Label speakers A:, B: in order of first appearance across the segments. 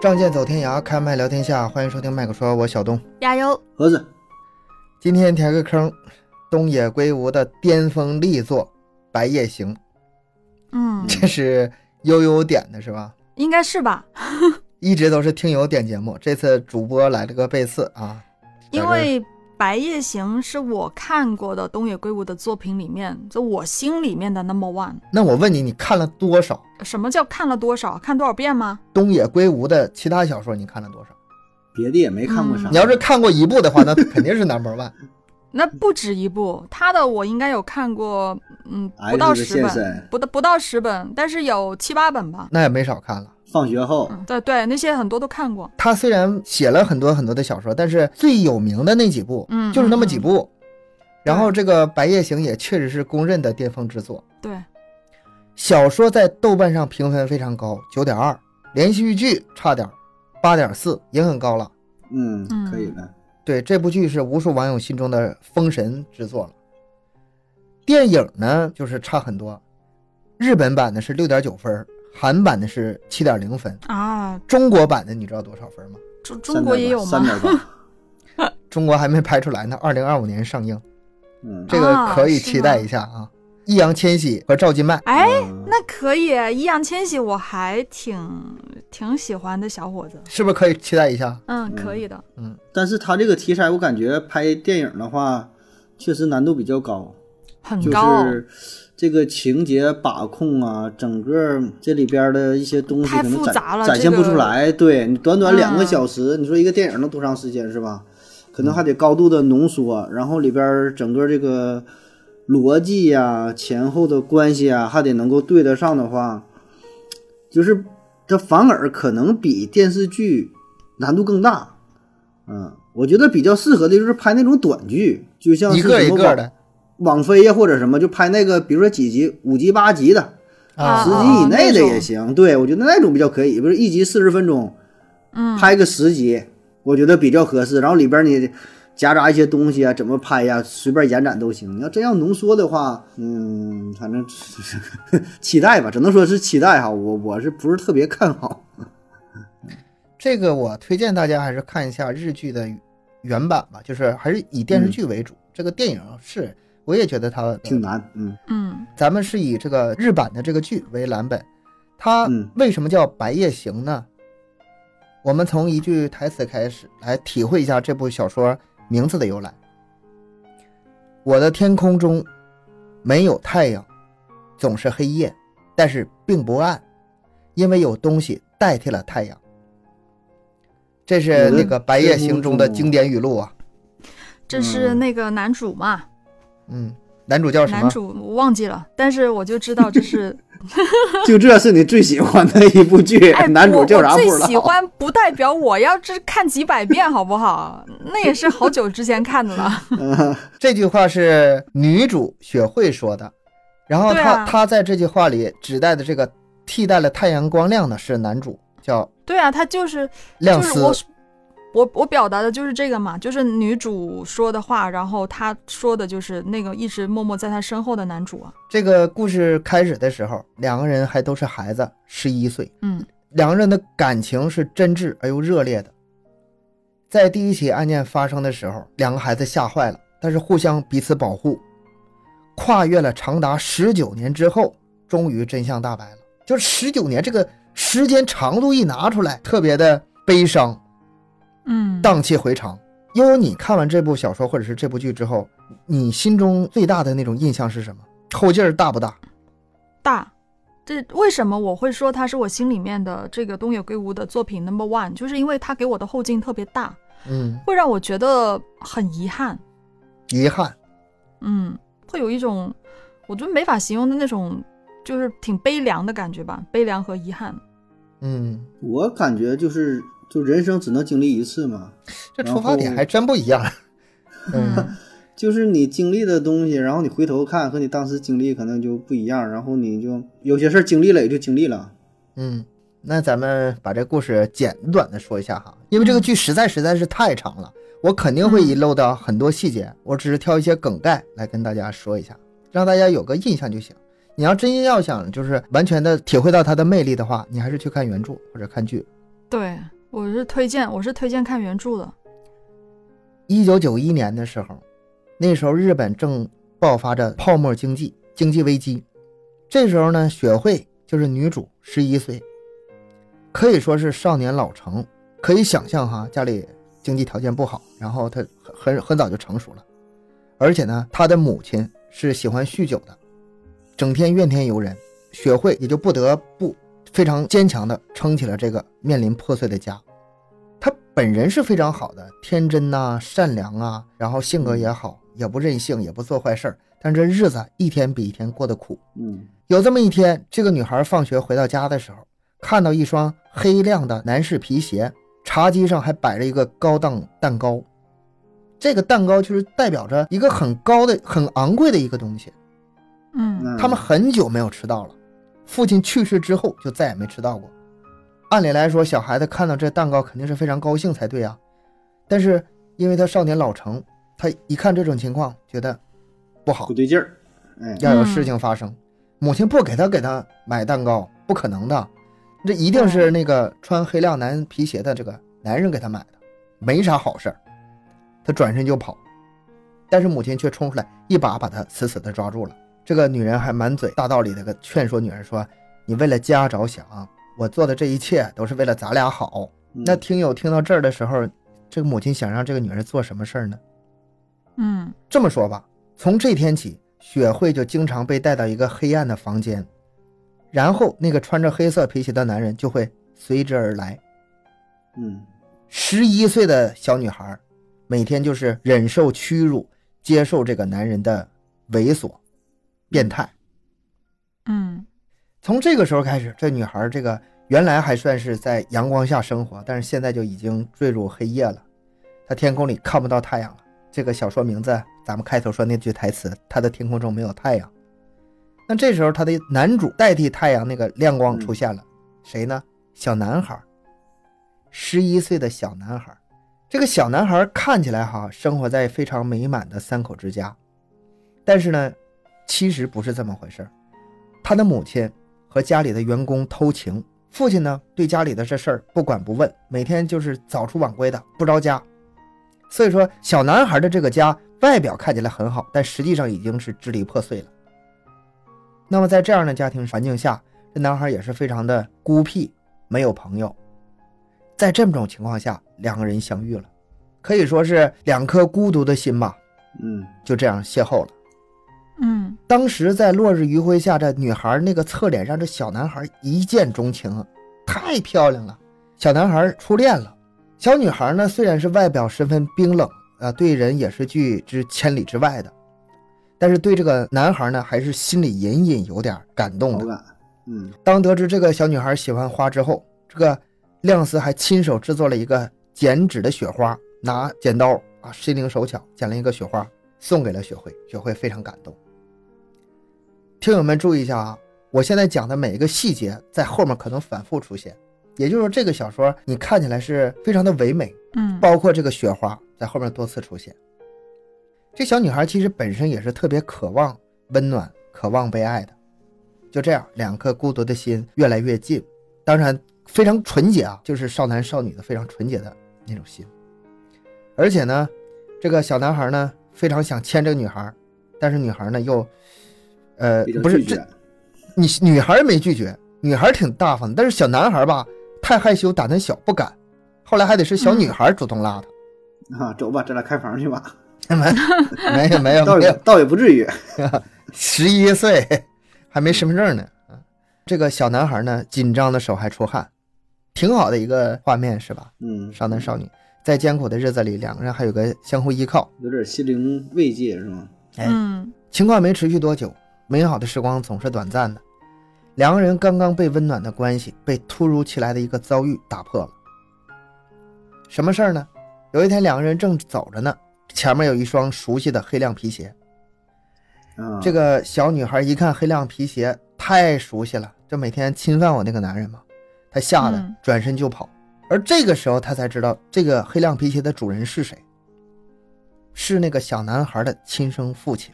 A: 仗剑走天涯，开麦聊天下，欢迎收听麦克说，我小东。
B: 加油！
C: 盒子，
A: 今天填个坑，东野圭吾的巅峰力作《白夜行》，
B: 嗯，
A: 这是悠悠点的是吧？
B: 应该是吧，
A: 一直都是听友点节目，这次主播来了个背刺啊，
B: 因为《白夜行》是我看过的东野圭吾的作品里面，就我心里面的 number one。
A: 那我问你，你看了多少
B: 什么叫看了多少？看多少遍吗？
A: 东野圭吾的其他小说？你看了多少？
C: 别的也没看过啥。
B: 嗯
A: 你要是看过一部的话，那肯定是 number one。
B: 那不止一部，他的我应该有看过，嗯，不
C: X
B: 到
C: 的
B: 十
C: 先
B: 本，
C: 生
B: 不到不到十本，但是有七八本吧。
A: 那也没少看了。
C: 放学后，
B: 嗯，对对，那些很多都看过。
A: 他虽然写了很多很多的小说，但是最有名的那几部，
B: 嗯
A: 就是那么
B: 嗯
A: 几部。然后这个《白夜行》也确实是公认的巅峰之作，
B: 对，
A: 小说在豆瓣上评分非常高，九点二，连续剧差点八点四，也很高了。
C: 嗯
B: 嗯，
C: 可以的。
A: 对，这部剧是无数网友心中的封神之作了。电影呢，就是差很多，日本版的是六点九分，韩版的是七点零分，
B: 啊，
A: 中国版的你知道多少分吗？
B: 中中国也有吗
C: 三？点 八，
A: 中国还没拍出来呢，二零二五年上映，
C: 嗯，
A: 这个
B: 啊
A: 可以
B: 是
A: 期待
B: 吗
A: 一下啊。易烊千玺和赵今麦，
B: 哎，
C: 嗯
B: 那可以，易烊千玺我还挺挺喜欢的小伙子。
A: 是不是可以期待一下？
B: 嗯，可以的。
C: 但是他这个题材，我感觉拍电影的话，确实难度比较高，
B: 很
C: 就
B: 高，
C: 是这个情节把控啊，整个这里边的一些东西
B: 太
C: 可能
B: 复
C: 展
B: 杂了
C: 展
B: 这
C: 现不
B: 个
C: 出来。对你短短两个
B: 嗯
C: 小时，你说一个电影能多长时间是吧？可能还得高度的浓缩，然后里边整个这个逻辑呀、前后的关系啊，还得能够对得上的话，就是它反而可能比电视剧难度更大。嗯，我觉得比较适合的就是拍那种短剧，就像
A: 一
C: 是
A: 个
C: 什
A: 一
C: 么
A: 个
C: 网
A: 的
C: 网飞呀或者什么，就拍那个，比如说几集、五集、八集的，
B: 啊
C: 十
B: 啊
C: 集以内
B: 那
C: 的
B: 种
C: 也行。对我觉得那种比较可以，不是一集四十分钟，
B: 嗯，
C: 拍个十集，我觉得比较合适。然后里边你夹杂一些东西啊，怎么拍呀、随便延展都行。你要真要浓缩的话，嗯，反正 期待吧，只能说是期待哈。我我是不是特别看好？
B: 嗯
A: 这个我推荐大家还是看一下日剧的原版吧，就是还是以电视剧为主。这个电影是，我也觉得它
C: 挺难，嗯
B: 嗯
A: 咱们是以这个日版的这个剧为蓝本，它
C: 嗯
A: 为什么叫《白夜行》呢？我们从一句台词开始来体会一下这部小说名字的由来。我的天空中没有太阳，总是黑夜，但是并不暗，因为有东西代替了太阳。这是那个《白夜行》中的经典语录啊。，
B: 这是
C: 嗯
B: 那个男主嘛？
A: 嗯，男主叫什
B: 男
A: 么？
B: 主我忘记了，但是我就知道这是
C: 就这是你最喜欢的一部剧，
B: 哎，
C: 男主
B: 我
C: 叫啥
B: 我
C: 不
B: 最
C: 知
B: 喜
C: 道。
B: 欢不代表我要这看几百遍好不好？那也是好久之前看的了。
A: 这句话是女主雪慧说的，然后
B: 对
A: 她、
B: 啊
A: 她在这句话里指代的这个替代了太阳光亮的是男主，叫
B: 对啊，他就是
A: 亮
B: 就是
A: 司
B: 我。我我表达的就是这个嘛，就是女主说的话，然后她说的就是那个一直默默在她身后的男主啊。
A: 这个故事开始的时候，两个人还都是孩子，十一岁，
B: 嗯
A: 两个人的感情是真挚而又热烈的。在第一起案件发生的时候，两个孩子吓坏了，但是互相彼此保护。跨越了长达十九年之后，终于真相大白了。就是十九年这个时间长度一拿出来，特别的悲伤，
B: 嗯，
A: 荡气回肠。悠悠，你看完这部小说或者是这部剧之后，你心中最大的那种印象是什么？后劲儿大不大？
B: 大。这为什么我会说它是我心里面的这个东野圭吾的作品 number one，就是因为它给我的后劲特别大，
A: 嗯，
B: 会让我觉得很遗憾，
A: 遗憾。
B: 嗯，会有一种我觉得没法形容的那种，就是挺悲凉的感觉吧，悲凉和遗憾。
A: 嗯，
C: 我感觉就是，就人生只能经历一次嘛，
A: 这出发点
C: 然后
A: 还真不一样。嗯
B: 嗯，
C: 就是你经历的东西，然后你回头看和你当时经历可能就不一样，然后你就有些事儿经历了也就经历了。
A: 嗯，那咱们把这故事简短的说一下哈，因为这个剧实在实在是太长了，我肯定会遗漏到很多细节，我只是挑一些梗概来跟大家说一下，让大家有个印象就行。你要真要想就是完全的体会到它的魅力的话，你还是去看原著或者看剧，
B: 对，我是推荐，我是推荐看原著的。
A: 一九九一年的时候，那时候日本正爆发着泡沫经济经济危机，这时候呢，雪惠就是女主，十一岁，可以说是少年老成。可以想象哈，家里经济条件不好，然后她很很很早就成熟了，而且呢，她的母亲是喜欢酗酒的，整天怨天尤人，雪惠也就不得不非常坚强的撑起了这个面临破碎的家。她本人是非常好的，天真呐、善良啊，然后性格也好，也不任性，也不做坏事儿。但这日子啊一天比一天过得苦。
C: 嗯
A: 有这么一天，这个女孩放学回到家的时候，看到一双黑亮的男士皮鞋，茶几上还摆着一个高档蛋糕。这个蛋糕就是代表着一个很高的、很昂贵的一个东西。
B: 嗯
C: 嗯
A: 他们很久没有吃到了。父亲去世之后就再也没吃到过。按理来说，小孩子看到这蛋糕肯定是非常高兴才对啊。但是因为他少年老成，他一看这种情况，觉得不好
C: 不，对劲儿，哎，
A: 要有事情发生。母亲不给他给他买蛋糕，不可能的，这一定是那个穿黑亮男皮鞋的这个男人给他买的，没啥好事儿。他转身就跑，但是母亲却冲出来，一把把他死死的抓住了。这个女人还满嘴大道理的劝说女儿说：“你为了家着想，我做的这一切都是为了咱俩好。”那
C: 嗯
A: 听友听到这儿的时候，这个母亲想让这个女人做什么事儿呢？
B: 嗯
A: 这么说吧，从这天起，雪慧就经常被带到一个黑暗的房间，然后那个穿着黑色皮鞋的男人就会随之而来。
C: 嗯
A: 十一岁的小女孩，每天就是忍受屈辱，接受这个男人的猥琐、变态。
B: 嗯
A: 从这个时候开始，这女孩这个原来还算是在阳光下生活，但是现在就已经坠入黑夜了。她天空里看不到太阳了。这个小说名字，咱们开头说那句台词，她的天空中没有太阳。那这时候，她的男主代替太阳那个亮光出现了，谁呢？小男孩，十一岁的小男孩。这个小男孩看起来哈，生活在非常美满的三口之家，但是呢，其实不是这么回事儿。他的母亲和家里的员工偷情，父亲呢对家里的这事儿不管不问，每天就是早出晚归的，不着家。所以说，小男孩的这个家外表看起来很好，但实际上已经是支离破碎了。那么在这样的家庭环境下，这男孩也是非常的孤僻，没有朋友。在这种情况下，两个人相遇了，可以说是两颗孤独的心吧，
C: 嗯
A: 就这样邂逅了。
B: 嗯
A: 当时在落日余晖下，这女孩那个侧脸让这小男孩一见钟情啊，太漂亮了。小男孩初恋了，小女孩呢虽然是外表十分冰冷啊，对人也是拒之千里之外的，但是对这个男孩呢，还是心里隐隐有点感动
C: 好
A: 的。
C: 感，嗯
A: 当得知这个小女孩喜欢花之后，这个亮司还亲手制作了一个剪纸的雪花，拿剪刀啊，心灵手巧剪了一个雪花，送给了雪慧。雪慧非常感动。听友们注意一下啊，我现在讲的每一个细节在后面可能反复出现，也就是说这个小说你看起来是非常的唯美，
B: 嗯
A: 包括这个雪花在后面多次出现。这小女孩其实本身也是特别渴望温暖、渴望被爱的。就这样，两颗孤独的心越来越近，当然非常纯洁啊，就是少男少女的非常纯洁的那种心。而且呢，这个小男孩呢非常想牵这个女孩，但是女孩呢又，呃
C: 比较，
A: 不是这
C: 拒绝
A: 你女孩没拒绝，女孩挺大方的，但是小男孩吧太害羞，胆子小，不敢。后来还得是小女孩主动拉他。
C: 啊，走吧，咱俩开房去吧，
A: 没有没有
C: 倒
A: 没
C: 也
A: 有，
C: 倒也不至于，
A: 十一岁还没身份证呢。啊这个小男孩呢，紧张的手还出汗，挺好的一个画面是吧？
C: 嗯，
A: 少男少女在艰苦的日子里，两个人还有个相互依靠。
C: 有点心灵慰藉是吗？
A: 哎
B: 嗯
A: 情况没持续多久，美好的时光总是短暂的。两个人刚刚被温暖的关系被突如其来的一个遭遇打破了。什么事儿呢？有一天，两个人正走着呢，前面有一双熟悉的黑亮皮鞋，
C: 啊，
A: 这个小女孩一看黑亮皮鞋，太熟悉了，这每天侵犯我那个男人嘛，她吓得
B: 嗯
A: 转身就跑。而这个时候，她才知道这个黑亮皮鞋的主人是谁，是那个小男孩的亲生父亲。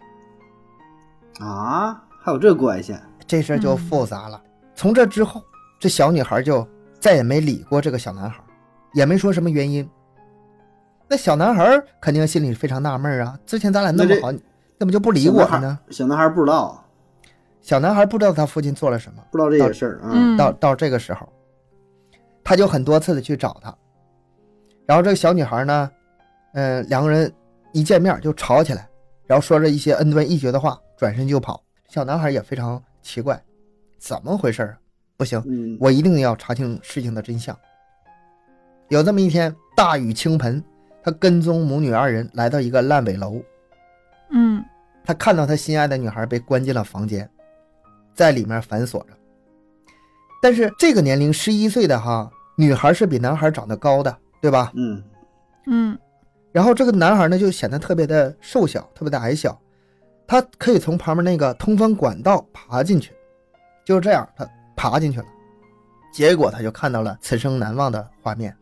C: 啊，还有这关系，
A: 这事儿就
B: 嗯
A: 复杂了。从这之后，这小女孩就再也没理过这个小男孩，也没说什么原因。那小男孩肯定心里非常纳闷啊，之前咱俩那么好，你怎么就不理我了呢？
C: 小男孩不知道，
A: 小男孩不知道他父亲做了什么，
C: 不知道这些事儿啊。
B: 嗯，
A: 到到这个时候，他就很多次的去找他，然后这个小女孩呢，嗯、两个人一见面就吵起来，然后说着一些恩断义绝的话，转身就跑。小男孩也非常奇怪，怎么回事啊？不行，
C: 嗯，
A: 我一定要查清事情的真相。有这么一天，大雨倾盆，他跟踪母女二人来到一个烂尾楼，
B: 嗯
A: 他看到他心爱的女孩被关进了房间，在里面反锁着。但是这个年龄十一岁的哈，女孩是比男孩长得高的，对吧？
C: 嗯，
B: 嗯
A: 然后这个男孩呢就显得特别的瘦小，特别的矮小，他可以从旁边那个通风管道爬进去，就是这样，他爬进去了。结果他就看到了此生难忘的画面，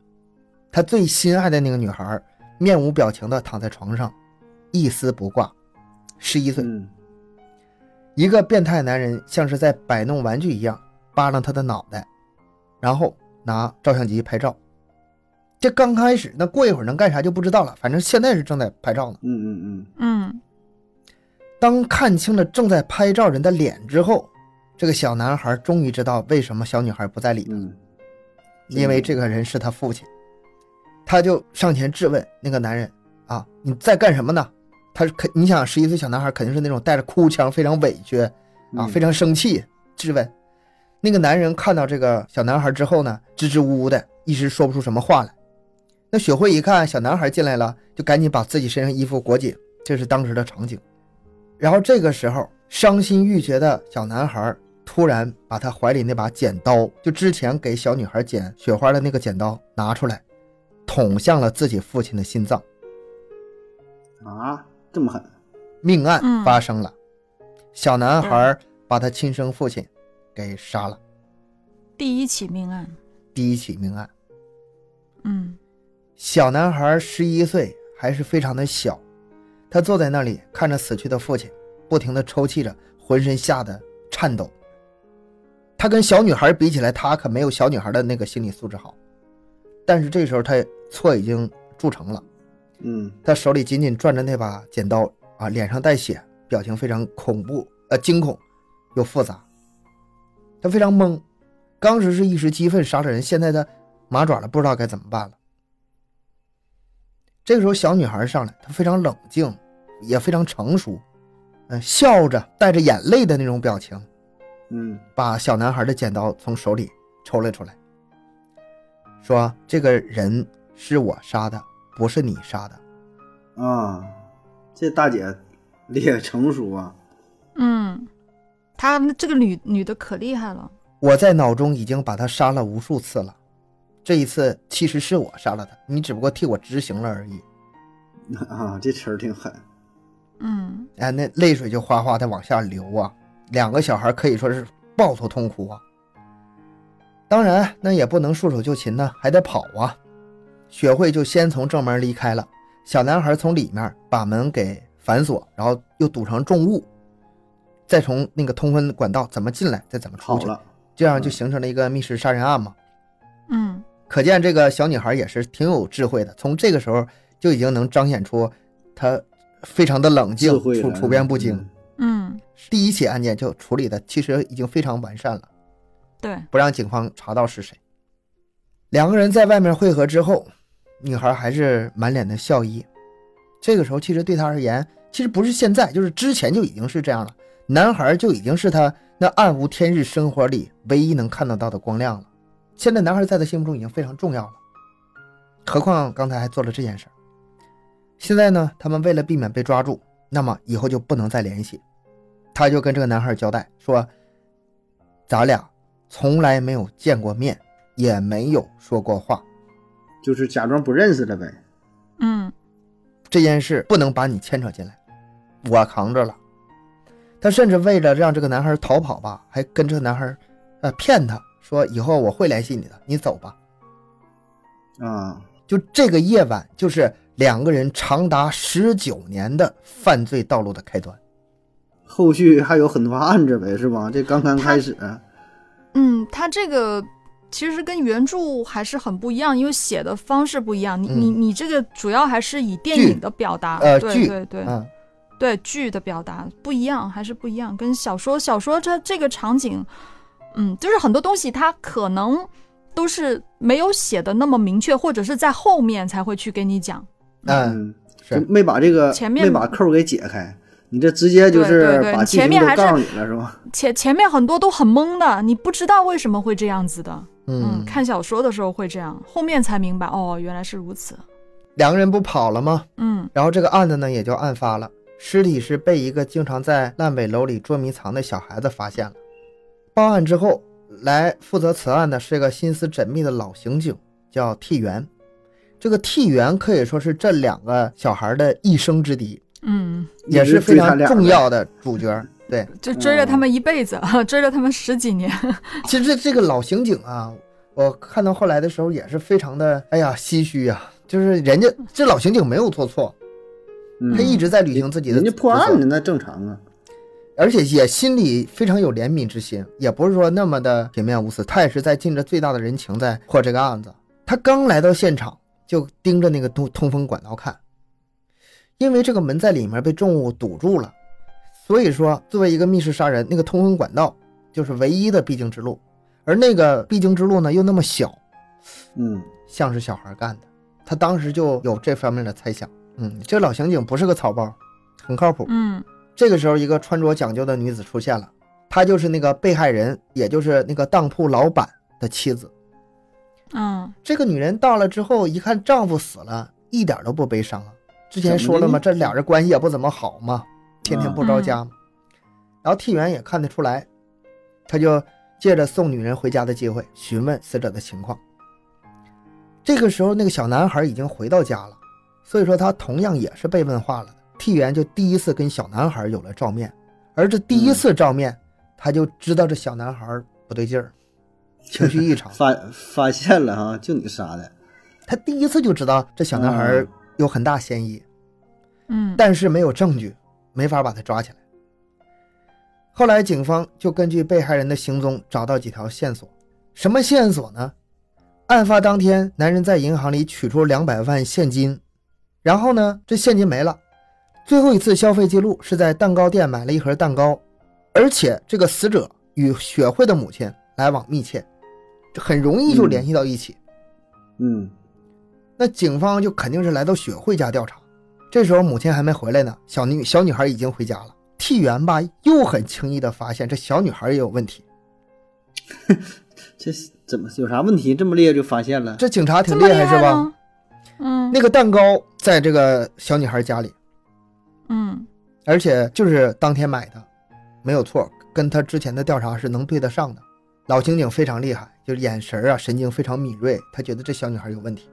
A: 他最心爱的那个女孩面无表情的躺在床上，一丝不挂，十一岁。
C: 嗯，
A: 一个变态男人像是在摆弄玩具一样扒拉他的脑袋，然后拿照相机拍照。这刚开始，那过一会儿能干啥就不知道了，反正现在是正在拍照呢。
C: 嗯嗯
B: 嗯
A: 当看清了正在拍照人的脸之后，这个小男孩终于知道为什么小女孩不再理
C: 嗯
A: 他，
C: 嗯，
A: 因为这个人是他父亲。他就上前质问那个男人：“啊，你在干什么呢？”他是肯，你想十一岁小男孩肯定是那种带着哭腔，非常委屈，啊，非常
C: 常
A: 生气，质问。那个男人看到这个小男孩之后呢，支支吾吾的，一时说不出什么话来。那雪慧一看小男孩进来了，就赶紧把自己身上衣服裹紧，这是当时的场景。然后这个时候，伤心欲绝的小男孩突然把他怀里那把剪刀，就之前给小女孩剪雪花的那个剪刀拿出来，捅向了自己父亲的心脏。
C: 啊，这么狠，
A: 命案
B: 嗯
A: 发生了，小男孩把他亲生父亲给杀了。
B: 第一起命案，
A: 第一起命案。
B: 嗯
A: 小男孩十一岁，还是非常的小，他坐在那里看着死去的父亲，不停地抽泣着，浑身吓得颤抖。他跟小女孩比起来，他可没有小女孩的那个心理素质好。但是这时候他错已经铸成了，
C: 嗯
A: 他手里紧紧攥着那把剪刀啊，脸上带血，表情非常恐怖，呃，惊恐又复杂。他非常懵，当时是一时激愤杀了人，现在他麻爪了，不知道该怎么办了。这个时候，小女孩上来，她非常冷静，也非常成熟，嗯、笑着带着眼泪的那种表情，
C: 嗯
A: 把小男孩的剪刀从手里抽了出来，说：“这个人是我杀的，不是你杀的。”
C: 啊，这大姐厉害成熟啊，
B: 嗯，他这个女女的可厉害了，
A: 我在脑中已经把他杀了无数次了，这一次其实是我杀了他，你只不过替我执行了而已。
C: 啊，这词儿挺狠，
B: 嗯
A: 哎，那泪水就哗哗的往下流啊！两个小孩可以说是抱头痛哭啊。当然，啊那也不能束手就擒呢，还得跑啊。雪慧就先从正门离开了，小男孩从里面把门给反锁，然后又堵上重物，再从那个通风管道怎么进来，再怎么出
C: 好
A: 去，
C: 了，嗯
A: 这样就形成了一个密室杀人案嘛。
B: 嗯
A: 可见这个小女孩也是挺有智慧的，从这个时候就已经能彰显出她非常的冷静
C: 智，慧
A: 处
C: 了
A: 处变不惊。
C: 嗯
B: 嗯，
A: 第一起案件就处理的其实已经非常完善了，
B: 对，
A: 不让警方查到是谁。两个人在外面汇合之后，女孩还是满脸的笑意。这个时候，其实对她而言，其实不是现在，就是之前就已经是这样了。男孩就已经是她那暗无天日生活里唯一能看得到的光亮了。现在男孩在她心目中已经非常重要了，何况刚才还做了这件事儿。现在呢，他们为了避免被抓住，那么以后就不能再联系。他就跟这个男孩交代说：“咱俩从来没有见过面，也没有说过话，
C: 就是假装不认识了呗，
B: 嗯
A: 这件事不能把你牵扯进来，我扛着了。他甚至为了让这个男孩逃跑吧，还跟这个男孩，呃，骗他说以后我会联系你的，你走吧。
C: 啊，
A: 就这个夜晚，就是两个人长达十九年的犯罪道路的开端。
C: 后续还有很多案子呗，是吧？这刚刚开始，
B: 嗯，他这个其实跟原著还是很不一样，因为写的方式不一样。你、你你这个主要还是以电
A: 嗯剧
B: 影的表达，
A: 呃
B: 对
A: 剧
B: 对对、
A: 嗯，
B: 对剧的表达不一样，还是不一样。跟小说小说这这个场景，嗯，就是很多东西它可能都是没有写的那么明确，或者是在后面才会去给你讲。
A: 那
C: 嗯，
A: 啊是
C: 就没把这个
B: 前面
C: 没把扣给解开，你这直接就
B: 对
C: 是
B: 对对
C: 把
B: 你
C: 剧
B: 前
C: 情
B: 面
C: 都
B: 还是
C: 告诉你了是吧？
B: 前前面很多都很懵的，你不知道为什么会这样子的。嗯，
A: 嗯，
B: 看小说的时候会这样，后面才明白哦，原来是如此。
A: 两个人不跑了吗？
B: 嗯
A: 然后这个案子呢也就案发了，尸体是被一个经常在烂尾楼里捉迷藏的小孩子发现了。报案之后，来负责此案的是个心思缜密的老刑警，叫替元。这个替元可以说是这两个小孩的一生之敌，
B: 嗯，
A: 也是非常重
C: 的。
A: 要的主角。对，
B: 就追了他
A: 嗯
B: 们一辈子， 追了他们十几年。
A: 其实这这个老刑警啊，我看到后来的时候也是非常的，哎呀，唏嘘呀、就是人家这老刑警没有做错，
C: 嗯
A: 他一直在履行自己的
C: 人
A: 职
C: 家
A: 责。
C: 破案呢，那正常啊。
A: 而且也心里非常有怜悯之心，也不是说那么的铁面无私，他也是在尽着最大的人情在破这个案子。他刚呃来到现场就盯着那个通通风管道看，因为这个门在里面被重物堵住了，所以说作为一个密室杀人，那个通风管道就是唯一的必经之路，而那个必经之路呢又那么小，
C: 嗯，
A: 像是小孩干的，他当时就有这方面的猜想。嗯，这老刑警不是个草包，很靠谱。
B: 嗯
A: 这个时候，一个穿着讲究的女子出现了，她就是那个被害人，也就是那个当铺老板的妻子。
B: 嗯，
A: 这个女人到了之后，一看丈夫死了，一点都不悲伤啊。之前说了嘛，这
C: 怎么的呢嗯
A: 俩人关系也不怎么好嘛，天天不着家嘛。然后替员也看得出来，他就借着送女人回家的机会询问死者的情况。这个时候，那个小男孩已经回到家了，所以说他同样也是被问话了的。替员就第一次跟小男孩有了照面，而这第一
C: 嗯
A: 次照面，他就知道这小男孩不对劲儿，情绪异 常。
C: 发发现了哈，就你杀的。
A: 他第一次就知道这小男孩
C: 嗯
A: 有很大嫌疑，
B: 嗯，
A: 但是没有证据，没法把他抓起来。后来警方就根据被害人的行踪找到几条线索，什么线索呢？案发当天，男人在银行里取出两百万现金，然后呢，这现金没了。最后一次消费记录是在蛋糕店买了一盒蛋糕，而且这个死者与学会的母亲来往密切，这很容易就联系到一起。
C: 嗯
A: 那警方就肯定是来到雪慧家调查。这时候母亲还没回来呢，小女小女孩已经回家了。替员吧又很轻易的发现这小女孩也有问题，，
C: 这是怎么有啥问题？这么烈就发现了？
A: 这警察
B: 这
A: 挺
B: 么
A: 厉害是
B: 害
A: 吧？
B: 呢？嗯
A: 那个蛋糕在这个小女孩家里，
B: 嗯
A: 而且就是当天买的，没有错，跟他之前的调查是能对得上的。老刑警非常厉害，就是眼神啊、神经非常敏锐，他觉得这小女孩有问题。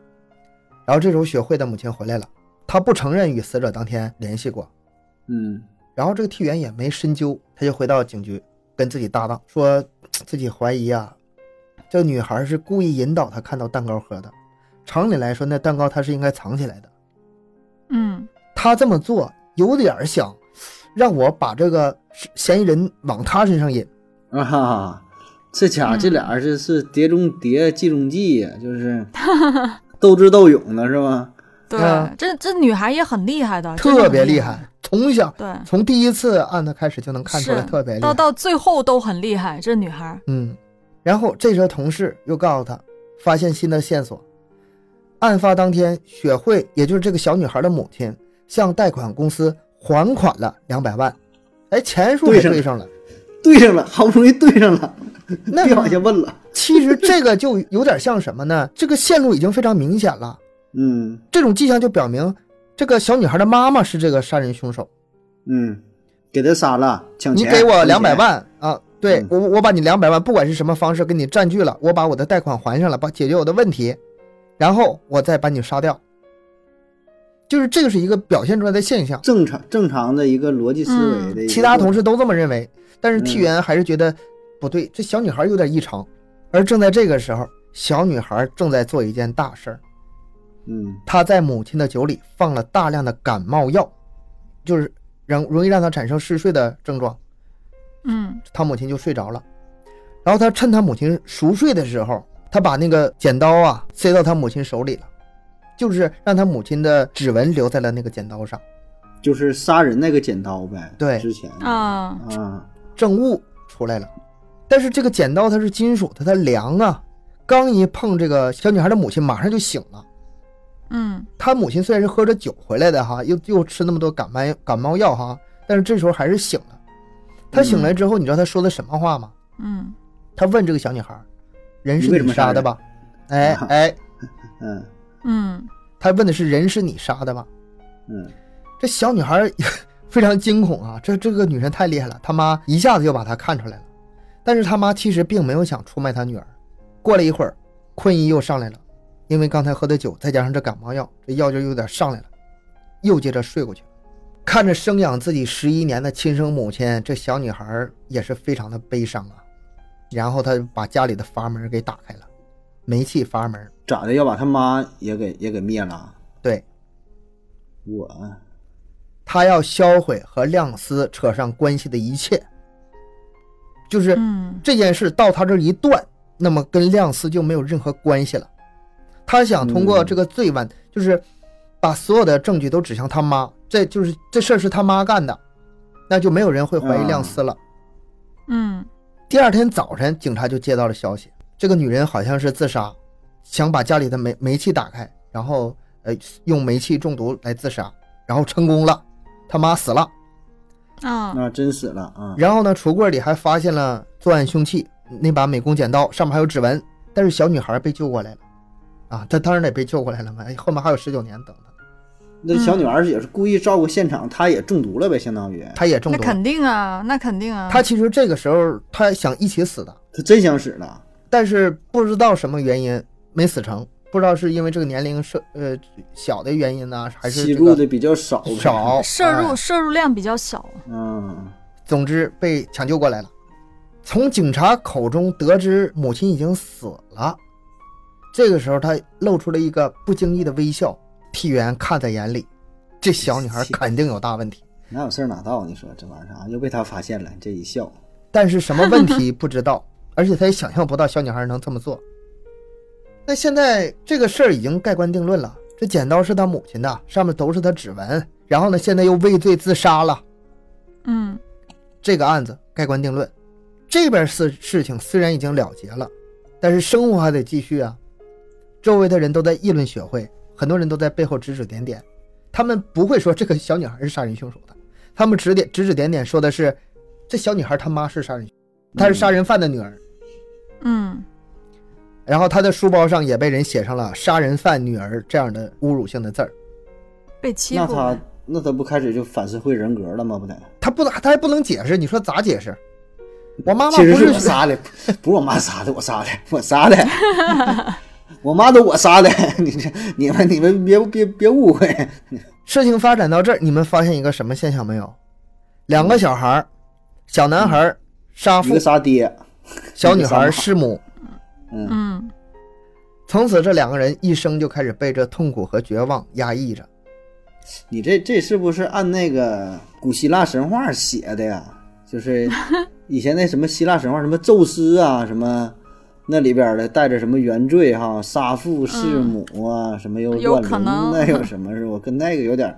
A: 然后这时候雪慧的母亲回来了，她不承认与死者当天联系过，
C: 嗯
A: 然后这个替员也没深究，他就回到警局跟自己搭档说，自己怀疑啊，这女孩是故意引导他看到蛋糕盒的。常理来说，那蛋糕他是应该藏起来的。
B: 嗯
A: 他这么做有点儿想让我把这个嫌疑人往他身上引。
C: 啊哈，这家伙
B: 嗯
C: 这俩人这是碟中谍，计中计呀，就是斗智斗勇的是吧？
B: 对
A: 啊，
B: 这这女孩也很厉害的，啊真的
A: 特
B: 很
A: 别厉
B: 厉
A: 害。，从小
B: 对，
A: 从第一次案子开始就能看出来，
B: 是
A: 特别厉
B: 到
A: 害。
B: 到最后都很厉害，这女孩。
A: 嗯，然后这时候同事又告诉他，发现新的线索。案发当天，雪慧，也就是这个小女孩的母亲，向贷款公司还款了两百万，哎，钱数也
C: 对上了
A: 对上了。
C: 对上了，好不容易对上了，
A: 那
C: 别往下问了。
A: 其实这个就有点像什么呢？这个线路已经非常明显了，
C: 嗯
A: 这种迹象就表明这个小女孩的妈妈是这个杀人凶手。
C: 嗯，给他杀了，抢
A: 你
C: 钱，
A: 给我
C: 抢钱
A: 两百，万啊！对
C: 嗯
A: 我，我把你两百万，不管是什么方式给你占据了，我把我的贷款还上了，把解决我的问题，然后我再把你杀掉。就是这个是一个表现出来的现象，
C: 正常正常的一个逻辑思维
B: 嗯
C: 的一个过程。
A: 其他同事都这么认为，但是
C: 嗯
A: 替员还是觉得不对，这小女孩有点异常。而正在这个时候，小女孩正在做一件大事儿，
C: 嗯
A: 她在母亲的酒里放了大量的感冒药，就是让容易让她产生嗜睡的症状。
B: 嗯
A: 他母亲就睡着了。然后他趁他母亲熟睡的时候，他把那个剪刀啊塞到他母亲手里了，就是让他母亲的指纹留在了那个剪刀上。
C: 就是杀人那个剪刀呗。
A: 对
C: 之前
B: 啊，
C: 啊，
A: 证物出来了，但是这个剪刀它是金属的，它凉啊，刚一碰这个小女孩的母亲，马上就醒了。
B: 嗯
A: 他母亲虽然是喝着酒回来的哈，又又吃那么多感冒感冒药哈，但是这时候还是醒了。他醒来之后，你知道他说的什么话吗？
B: 嗯
A: 他问这个小女孩：“人是
C: 你为什
A: 你
C: 么杀
A: 杀的吧？”哎
C: 啊
A: 哎，
C: 嗯
B: 嗯
A: 他问的是“人是你杀的吧
C: 嗯，？”
A: 这小女孩 非常惊恐啊，这这个女人太厉害了，他妈一下子就把她看出来了。但是他妈其实并没有想出卖他女儿。过了一会儿，困意又上来了，因为刚才喝的酒，再加上这感冒药，这药劲儿又有点上来了，又接着睡过去了。看着生养自己十一年的亲生母亲，这小女孩儿也是非常的悲伤啊。然后她把家里的阀门给打开了，煤气阀门。
C: 咋的？要把他妈也给也给灭了？
A: 对，
C: 我
A: 他要销毁和亮司扯上关系的一切，就是
B: 嗯
A: 这件事到他这儿一断，那么跟亮司就没有任何关系了。他想通过
C: 嗯
A: 这个罪犯，就是把所有的证据都指向他妈，这就是这事儿是他妈干的，那就没有人会怀疑亮司了。
B: 嗯
A: 第二天早晨，警察就接到了消息，这个女人好像是自杀，想把家里的煤煤气打开，然后呃用煤气中毒来自杀，然后成功了，他妈死了。嗯
B: 啊
C: 那真死了啊！
A: 然后呢，橱柜里还发现了作案凶器那把美工剪刀，上面还有指纹。但是小女孩被救过来了，啊，她当然得被救过来了嘛，哎后面还有十九年等她，
C: 那小女
A: 嗯
C: 孩也是故意照顾现场，她也中毒了呗，相当于
A: 她也中
B: 那
A: 毒了。
B: 肯定啊，那肯定啊，
A: 她其实这个时候她想一起死的，
C: 她真想死了。
A: 但是不知道什么原因没死成，不知道是因为这个年龄是呃小的原因呢、还是
C: 吸
A: 这
C: 入
A: 个
C: 的比较少呗，
A: 少
B: 摄入
A: 哎
B: 摄入量比较小，
C: 嗯，
A: 总之被抢救过来了。从警察口中得知母亲已经死了，这个时候他露出了一个不经意的微笑，替原看在眼里，这小女孩肯定有大问题。
C: 哪有事儿哪到？你说这玩意儿啊，又被他发现了，这一笑，
A: 但是什么问题不知道，而且他也想象不到小女孩能这么做。那现在这个事儿已经盖棺定论了，这剪刀是他母亲的，上面都是他指纹，然后呢，现在又畏罪自杀了。
B: 嗯
A: 这个案子盖棺定论。这边事事情虽然已经了结了，但是生活还得继续啊。周围的人都在议论雪慧，很多人都在背后指指点点。他们不会说这个小女孩是杀人凶手的，他们指点指指点点说的是，这小女孩她妈是杀人凶手，她是杀人犯的女儿。
B: 嗯
A: 然后她的书包上也被人写上了“杀人犯女儿”这样的侮辱性的字儿。
B: 被欺
C: 那
B: 负了
C: 他，那他不开始就反社会人格了吗？不得，
A: 她不，她还不能解释，你说咋解释？我妈妈
C: 其实
A: 不
C: 是
A: 是
C: 我杀的，不是我妈杀的，我杀的，我 杀的，我妈都我杀的，你这你们你们别别别误会，
A: 事情发展到这儿，你们发现一个什么现象没有？两个小孩儿，小男孩儿杀
C: 嗯一
A: 父
C: 个，杀爹，
A: 小女孩
C: 一
A: 儿
C: 个杀
A: 弑母。
C: 嗯，
B: 嗯
A: 从此，这两个人一生就开始被这痛苦和绝望压抑着。
C: 你这这是不是按那个古希腊神话写的呀？就是 以前那什么希腊神话，什么宙斯啊，什么那里边的带着什么原罪哈、杀父弑母啊，什么又
B: 嗯有
C: 乱
B: 可
C: 伦，
B: 能
C: 那有什么是我跟那个有点儿，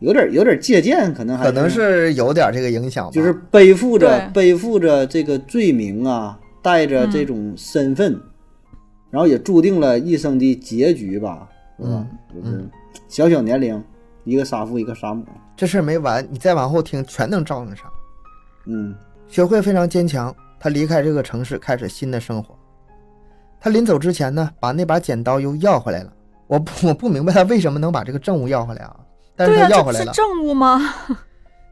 C: 有点儿有点儿借鉴，可能还
A: 可能是有点这个影响吧，
C: 哎就是背负着
B: 对嗯
C: 背负着这个罪名啊，带着这种身份，然后也注定了一生的结局吧，是吧？就是小小年龄，一个杀父，一个杀母，
A: 这事儿没完，你再往后听全能照应上。
C: 嗯
A: 学会非常坚强，他离开这个城市，开始新的生活。他临走之前呢，把那把剪刀又要回来了。我不我不明白他为什么能把这个证物要回来啊，但是
B: 对
A: 他
B: 啊，
A: 要回
B: 这
A: 来
B: 是
A: 了。
B: 政务吗？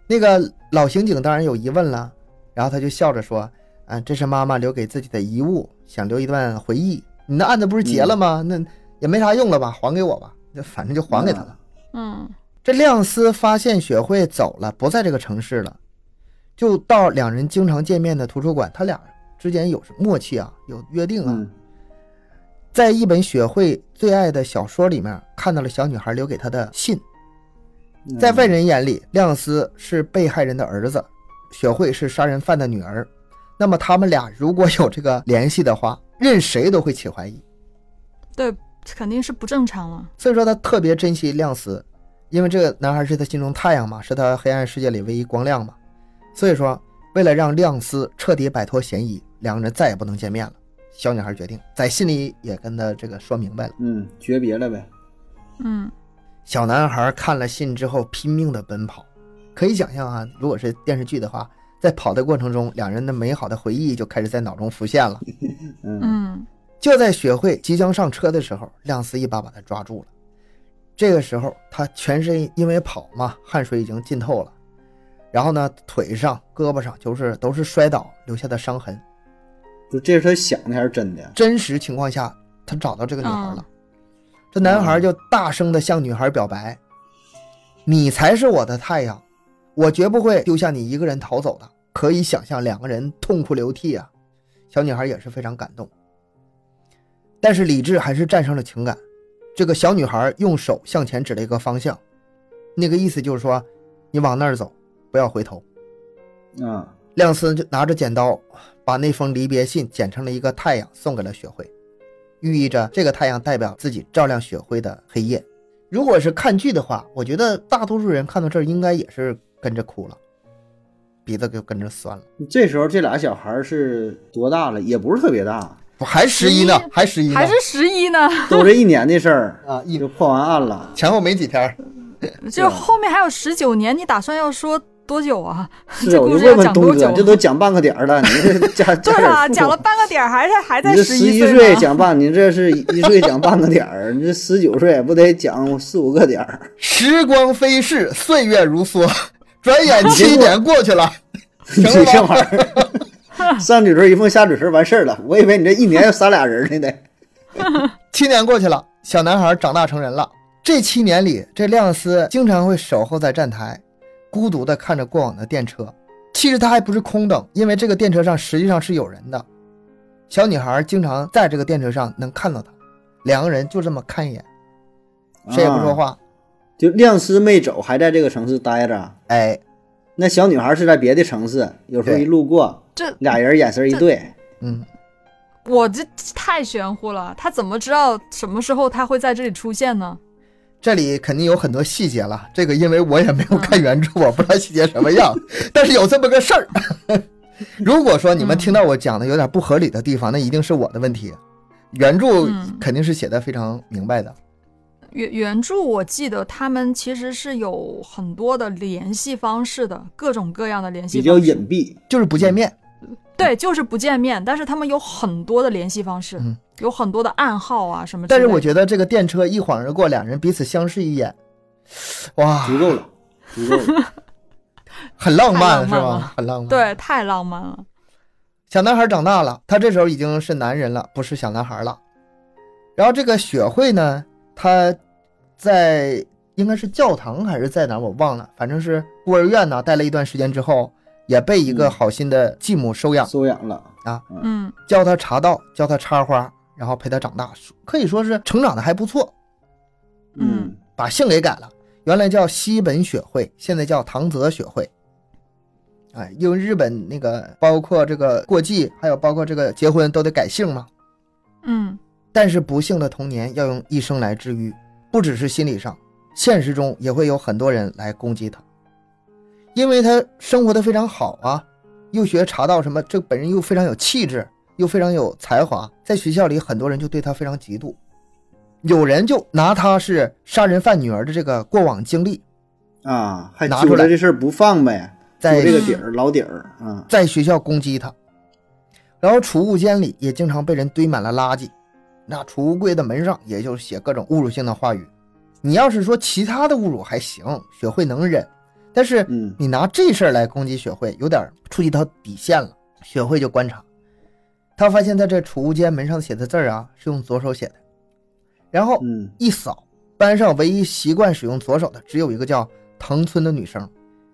A: 那个老刑警当然有疑问了，然后他就笑着说：“啊，这是妈妈留给自己的遗物，想留一段回忆。你那案子不是结了吗？那也没啥用了吧，还给我吧，那反正就还给他了。
B: 嗯
A: 这亮司发现雪慧走了，不在这个城市了，就到两人经常见面的图书馆。他俩之间有默契啊，有约定啊，
C: 嗯
A: 在一本雪慧最爱的小说里面看到了小女孩留给他的信。
C: 嗯，
A: 在外人眼里，亮司是被害人的儿子，雪慧是杀人犯的女儿。那么他们俩如果有这个联系的话，任谁都会起怀疑。
B: 对，肯定是不正常了。
A: 所以说他特别珍惜亮司，因为这个男孩是他心中太阳嘛，是他黑暗世界里唯一光亮嘛。所以说，为了让亮司彻底摆脱嫌疑，两个人再也不能见面了。小女孩决定在心里也跟他这个说明白了。
C: 嗯，诀别了呗。
B: 嗯，
A: 小男孩看了信之后，拼命的奔跑。可以想象啊，如果是电视剧的话，在跑的过程中，两人的美好的回忆就开始在脑中浮现了。
C: 嗯
B: 嗯，
A: 就在雪慧即将上车的时候，亮司一把把她抓住了。这个时候，她全身因为跑嘛，汗水已经浸透了，然后呢，腿上、胳膊上就是都是摔倒留下的伤痕。
C: 就这是他想的还是真的？
A: 真实情况下，他找到这个女孩了。这男孩就大声的向女孩表白：“你才是我的太阳，我绝不会丢下你一个人逃走的。”可以想象两个人痛哭流涕啊！小女孩也是非常感动，但是理智还是战胜了情感。这个小女孩用手向前指了一个方向，那个意思就是说，你往那儿走，不要回头。
C: 啊，
A: 亮司就拿着剪刀，把那封离别信剪成了一个太阳，送给了雪慧，寓意着这个太阳代表自己照亮雪慧的黑夜。如果是看剧的话，我觉得大多数人看到这儿应该也是跟着哭了，鼻子就跟着酸了。
C: 这时候这俩小孩是多大了？也不是特别大，
A: 我还十一呢，还
C: 嗯
A: 十一呢，，
B: 还是十一呢，
C: 都这一年的事儿
A: 啊，一
C: 就破完案了。
A: 前后没几天儿。
C: 啊
B: 就是后面还有十九年，你打算要说多久啊？
C: 是
B: 这
C: 啊，我
B: 故
C: 就
B: 事
C: 问
B: 要
C: 问
B: 讲
C: 东
B: 多
C: 哥，
B: 久
C: 这都讲半个点儿了，你这 加加
B: 对
C: 点
B: 啊，
C: 儿
B: 讲了
C: 醋。
B: 半个点儿，还是还在
C: 你这
B: 十
C: 一
B: 岁
C: 岁
B: 呢。
C: 讲半，你这是一岁讲半个点儿，你这十九岁不得讲四五个点儿？
A: 时光飞逝，岁月如梭， 转眼七年过去了。
C: 你
A: 行了吧
C: 这玩意 儿，上嘴唇一碰下嘴唇完事儿了。我以为你这一年要杀俩人呢得。
A: 七年过去了，小男孩长大成人了。这七年里，这亮司经常会守候在站台，孤独地看着过往的电车。其实他还不是空等，因为这个电车上实际上是有人的。小女孩经常在这个电车上能看到他，两个人就这么看一眼，谁也不说
C: 啊，
A: 话。
C: 就亮司没走，还在这个城市待着。
A: 哎，
C: 那小女孩是在别的城市，有时候
A: 对
C: 一路过，
B: 这
C: 俩人眼神一对，
A: 嗯，
B: 我这太玄乎了，他怎么知道什么时候他会在这里出现呢？
A: 这里肯定有很多细节了。这个因为我也没有看原
B: 嗯
A: 著，我不知道细节什么 样，但是有这么个事儿。如果说你们
B: 嗯
A: 听到我讲的有点不合理的地方，那一定是我的问题。原著
B: 嗯
A: 肯定是写的非常明白的。
B: 原原著我记得他们其实是有很多的联系方式的，各种各样的联系
C: 比
B: 方
C: 较
B: 式。
C: 隐蔽。
A: 就是不见面。
B: 嗯对，就是不见面，但是他们有很多的联系方式，
A: 嗯
B: 有很多的暗号啊什么之类
A: 但
B: 的。
A: 是我觉得这个电车一晃而过，两人彼此相视一眼，哇，
C: 足够了，足够了。
A: 很浪漫
B: 太浪漫
A: 是吧
B: 了？
A: 很浪漫。，
B: 对太浪漫了。
A: 小男孩长大了，他这时候已经是男人了，不是小男孩了。然后这个雪慧呢，她在应该是教堂还是在哪儿我忘了，反正是孤儿院呢，待了一段时间之后，也被一个
C: 嗯
A: 好心的继母收养，
C: 收养了，
B: 嗯，
A: 教他茶道，教他插花，然后陪他长大，可以说是成长的还不错。
B: 嗯，
A: 把姓给改了，原来叫西本雪会，现在叫唐泽雪会。哎，因为日本那个包括这个过继，还有包括这个结婚都得改姓嘛。
B: 嗯，
A: 但是不幸的童年要用一生来治愈，不只是心理上，现实中也会有很多人来攻击他，因为他生活的非常好啊，又学茶道什么，这本人又非常有气质，又非常有才华，在学校里很多人就对他非常嫉妒，有人就拿他是杀人犯女儿的这个过往经历，
C: 啊，还
A: 拿
C: 揪
A: 出来
C: 着这事儿不放呗，
A: 在
C: 有这个底儿老底儿啊，
A: 在学校攻击他，然后储物间里也经常被人堆满了垃圾，那储物柜的门上也就写各种侮辱性的话语。你要是说其他的侮辱还行，雪慧能忍，但是
C: 嗯
A: 你拿这事儿来攻击雪慧，有点触及到底线了。雪慧就观察，她发现在这储物间门上写的字儿啊，是用左手写的，然后
C: 嗯
A: 一扫，班上唯一习惯使用左手的只有一个叫藤村的女生。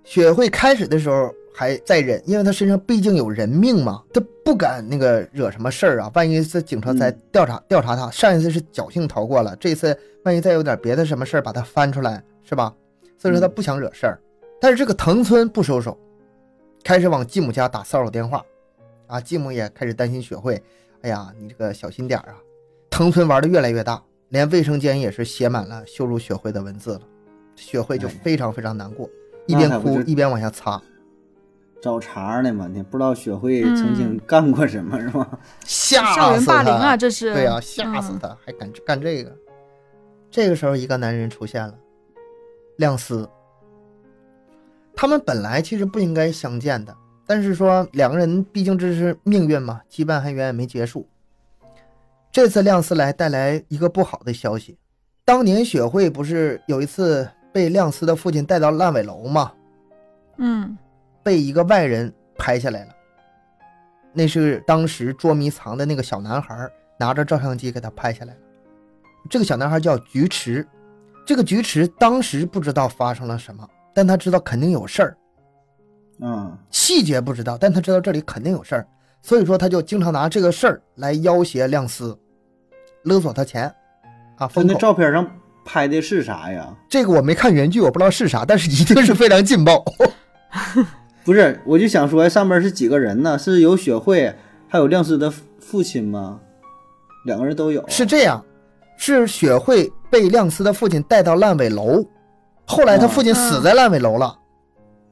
A: 雪慧开始的时候还在忍，因为她身上毕竟有人命嘛，她不敢那个惹什么事儿啊。万一是警察再
C: 嗯
A: 调查、调查她，上一次是侥幸逃过了，这次万一再有点别的什么事儿把她翻出来，是吧？所以说她
C: 嗯
A: 不想惹事儿。但是这个藤村不收手，开始往继母家打骚扰电话，啊，继母也开始担心雪慧，哎呀，你这个小心点儿啊！藤村玩的越来越大，连卫生间也是写满了羞辱雪慧的文字了。雪慧就
C: 哎呀
A: 非常非常难过，一
C: 那
A: 边
C: 还不
A: 哭
C: 是
A: 一边往下擦。
C: 找茬呢嘛，你不知道雪慧
B: 嗯
C: 曾经干过什么、是吧？
A: 吓
B: 校园
A: 死
B: 霸凌啊，
A: 他！
B: 这是
A: 对呀、吓死
B: 嗯
A: 他，还敢干这个。这个时候，一个男人出现了，亮司。他们本来其实不应该相见的，但是说两个人毕竟这是命运嘛，羁绊还远远没结束。这次亮司来带来一个不好的消息，当年雪慧不是有一次被亮司的父亲带到烂尾楼吗？
B: 嗯
A: 被一个外人拍下来了。那是当时捉迷藏的那个小男孩拿着照相机给他拍下来了。这个小男孩叫菊池，这个菊池当时不知道发生了什么，但他知道肯定有事儿，
C: 嗯，
A: 细节不知道，但他知道这里肯定有事儿，所以说他就经常拿这个事儿来要挟亮司，勒索他钱，啊，
C: 他
A: 封
C: 那
A: 口。
C: 照片上拍的是啥呀？
A: 这个我没看原剧，我不知道是啥，但是一定是非常劲爆。
C: 不是，我就想说哎上面是几个人呢？是有雪慧，还有亮司的父亲吗？两个人都有。
A: 是这样，是雪慧被亮司的父亲带到烂尾楼，后来他父亲死在烂尾楼了，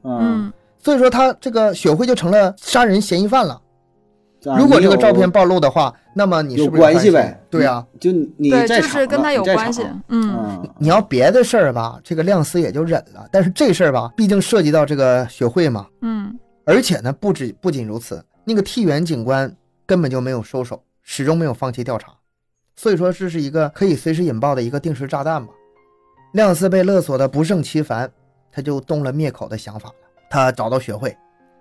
C: 嗯，
B: 嗯，
A: 所以说他这个雪慧就成了杀人嫌疑犯了。
C: 啊
A: 如果这个
C: 你有
A: 照片暴露的话，那么你是
C: 有
A: 不是有
C: 关系呗？嗯
A: 对啊，
C: 就你
B: 对，
C: 在
B: 就
C: 场
B: 是跟
C: 了
B: 他有
C: 你在
B: 关系
C: 场，
B: 嗯
C: 嗯，
A: 你要别的事儿吧，这个亮司也就忍了，但是这事儿吧，毕竟涉及到这个雪慧嘛，
B: 嗯
A: 而且呢，不止不仅如此，那个替原警官根本就没有收手，始终没有放弃调查，所以说这是一个可以随时引爆的一个定时炸弹吧。亮司被勒索的不胜其烦，他就动了灭口的想法了。他找到雪慧，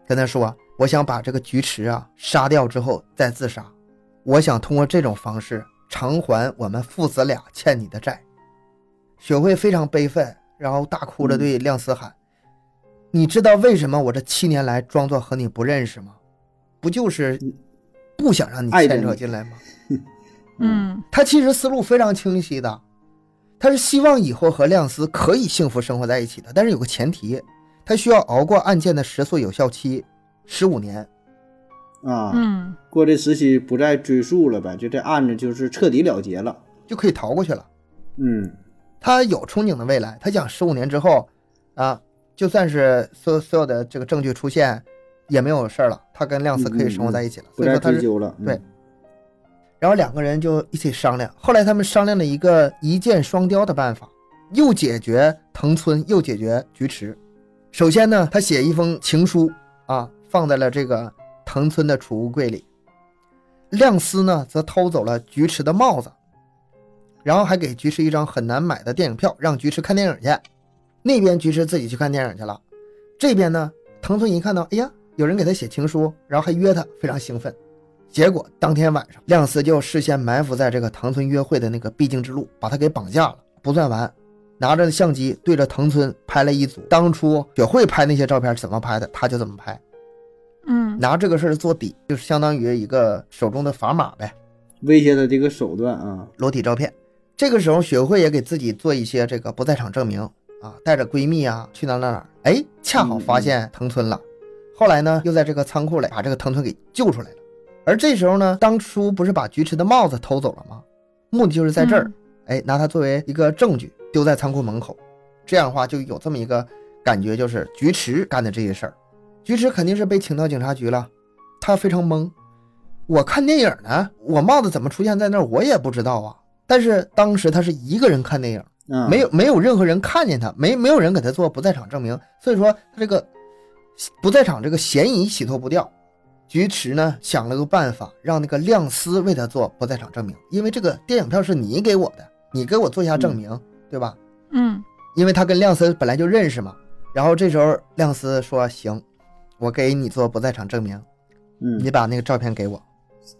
A: 跟他说：“啊我想把这个菊池啊杀掉之后再自杀，我想通过这种方式偿还我们父子俩欠你的债。”雪慧非常悲愤，然后大哭着对亮司喊：“你知道为什么我这七年来装作和你不认识吗？不就是不想让你
C: 爱着
A: 牵扯
C: 你
A: 进来吗？
B: 嗯
A: 他其实思路非常清晰的，他是希望以后和亮司可以幸福生活在一起的，但是有个前提，他需要熬过案件的时速有效期十五年。
C: 啊，
B: 嗯
C: 过这时期不再追溯了呗，就这案子就是彻底了结了。
A: 就可以逃过去了。
C: 嗯，
A: 他有憧憬的未来，他想十五年之后，啊，就算是所所有的这个证据出现，也没有事儿了，他跟亮司可以生活在一起了。
C: 嗯不
A: 所以
C: 再
A: 说他
C: 追
A: 是
C: 究了。嗯
A: 对然后两个人就一起商量。后来他们商量了一个一箭双雕的办法，又解决藤村，又解决菊池。首先呢，他写一封情书啊，放在了这个藤村的储物柜里。亮司呢，则偷走了菊池的帽子，然后还给菊池一张很难买的电影票，让菊池看电影去。那边菊池自己去看电影去了，这边呢，藤村一看到，哎呀，有人给他写情书，然后还约他，非常兴奋。结果当天晚上，亮司就事先埋伏在这个藤村约会的那个必经之路，把他给绑架了。不算完，拿着相机对着藤村拍了一组当初雪慧拍那些照片怎么拍的，他就怎么拍，
B: 嗯
A: 拿这个事儿做底，就是相当于一个手中的砝码呗，
C: 威胁他这个手段啊，
A: 裸体照片。这个时候，雪慧也给自己做一些这个不在场证明啊，带着闺蜜啊去哪儿哪儿哪儿，哎，恰好发现藤村了。后来呢，又在这个仓库里把这个藤村给救出来了。而这时候呢，当初不是把菊池的帽子偷走了吗？目的就是在这儿，哎，拿它作为一个证据丢在仓库门口，这样的话就有这么一个感觉，就是菊池干的这些事儿，菊池肯定是被请到警察局了，他非常懵。我看电影呢，我帽子怎么出现在那儿，我也不知道啊。但是当时他是一个人看电影，
C: 啊，
A: 没有没有任何人看见他，没没有人给他做不在场证明，所以说他这个不在场这个嫌疑洗脱不掉。菊池呢想了个办法，让那个亮司为他做不在场证明，因为这个电影票是你给我的，你给我做一下证明，对吧？
B: 嗯
A: 因为他跟亮司本来就认识嘛。然后这时候亮司说：“行，我给你做不在场证明，
C: 嗯
A: 你，把那个照片给我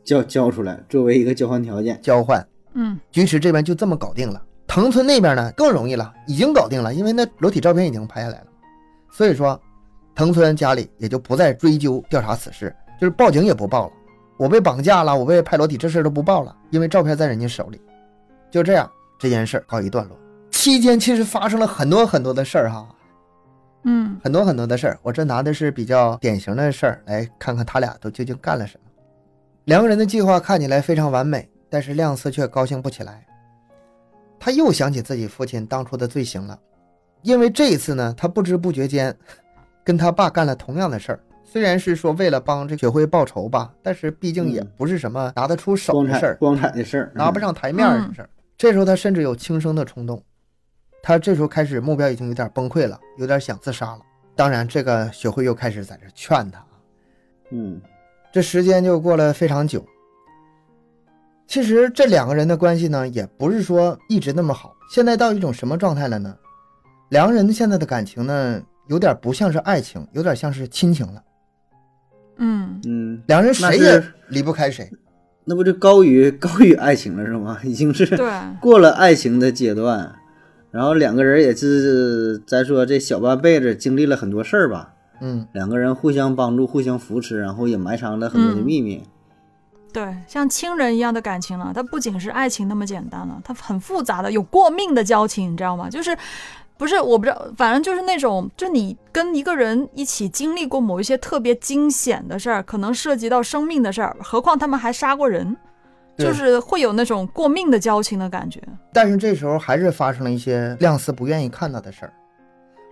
C: 交交出来作为一个交换条件。
A: 交换。”
B: 嗯
A: 菊池这边就这么搞定了。藤村那边呢更容易了，已经搞定了，因为那裸体照片已经拍下来了，所以说藤村家里也就不再追究调查此事，就是报警也不报了。我被绑架了，我被拍裸体这事儿都不报了，因为照片在人家手里。就这样，这件事儿告一段落。期间其实发生了很多很多的事儿哈，
B: 嗯
A: 很多很多的事儿。我这拿的是比较典型的事儿，来看看他俩都究竟干了什么。两个人的计划看起来非常完美，但是亮司却高兴不起来。他又想起自己父亲当初的罪行了，因为这一次呢，他不知不觉间跟他爸干了同样的事儿。虽然是说为了帮这雪辉报仇吧，但是毕竟也
C: 嗯
A: 不是什么拿得出手
C: 光
A: 的事
C: 彩
A: 儿，
C: 光彩的事儿，
A: 拿不
C: 嗯
A: 上台面儿的事儿。这时候他甚至有轻生的冲动，他这时候开始目标已经有点崩溃了，有点想自杀了。当然，这个雪辉又开始在这劝他啊，
C: 嗯
A: 这时间就过了非常久。其实这两个人的关系呢，也不是说一直那么好。现在到一种什么状态了呢？两个人现在的感情呢，有点不像是爱情，有点像是亲情了。
B: 嗯，
C: 嗯，
A: 两人谁
C: 那
A: 也
C: 是
A: 离不开谁。
C: 那不就高于高于爱情了是吗？已经是
B: 对，
C: 过了爱情的阶段，然后两个人也是咱说这小半辈子经历了很多事儿吧，
A: 嗯，
C: 两个人互相帮助、互相扶持，然后也埋藏了很多的
B: 嗯
C: 秘密。
B: 对，像亲人一样的感情了，它不仅是爱情那么简单了，它很复杂的，有过命的交情，你知道吗？就是不是我不知道，反正就是那种，就你跟一个人一起经历过某一些特别惊险的事儿，可能涉及到生命的事儿，何况他们还杀过人，
A: 对
B: 就是会有那种过命的交情的感觉。
A: 但是这时候还是发生了一些亮司不愿意看到的事儿。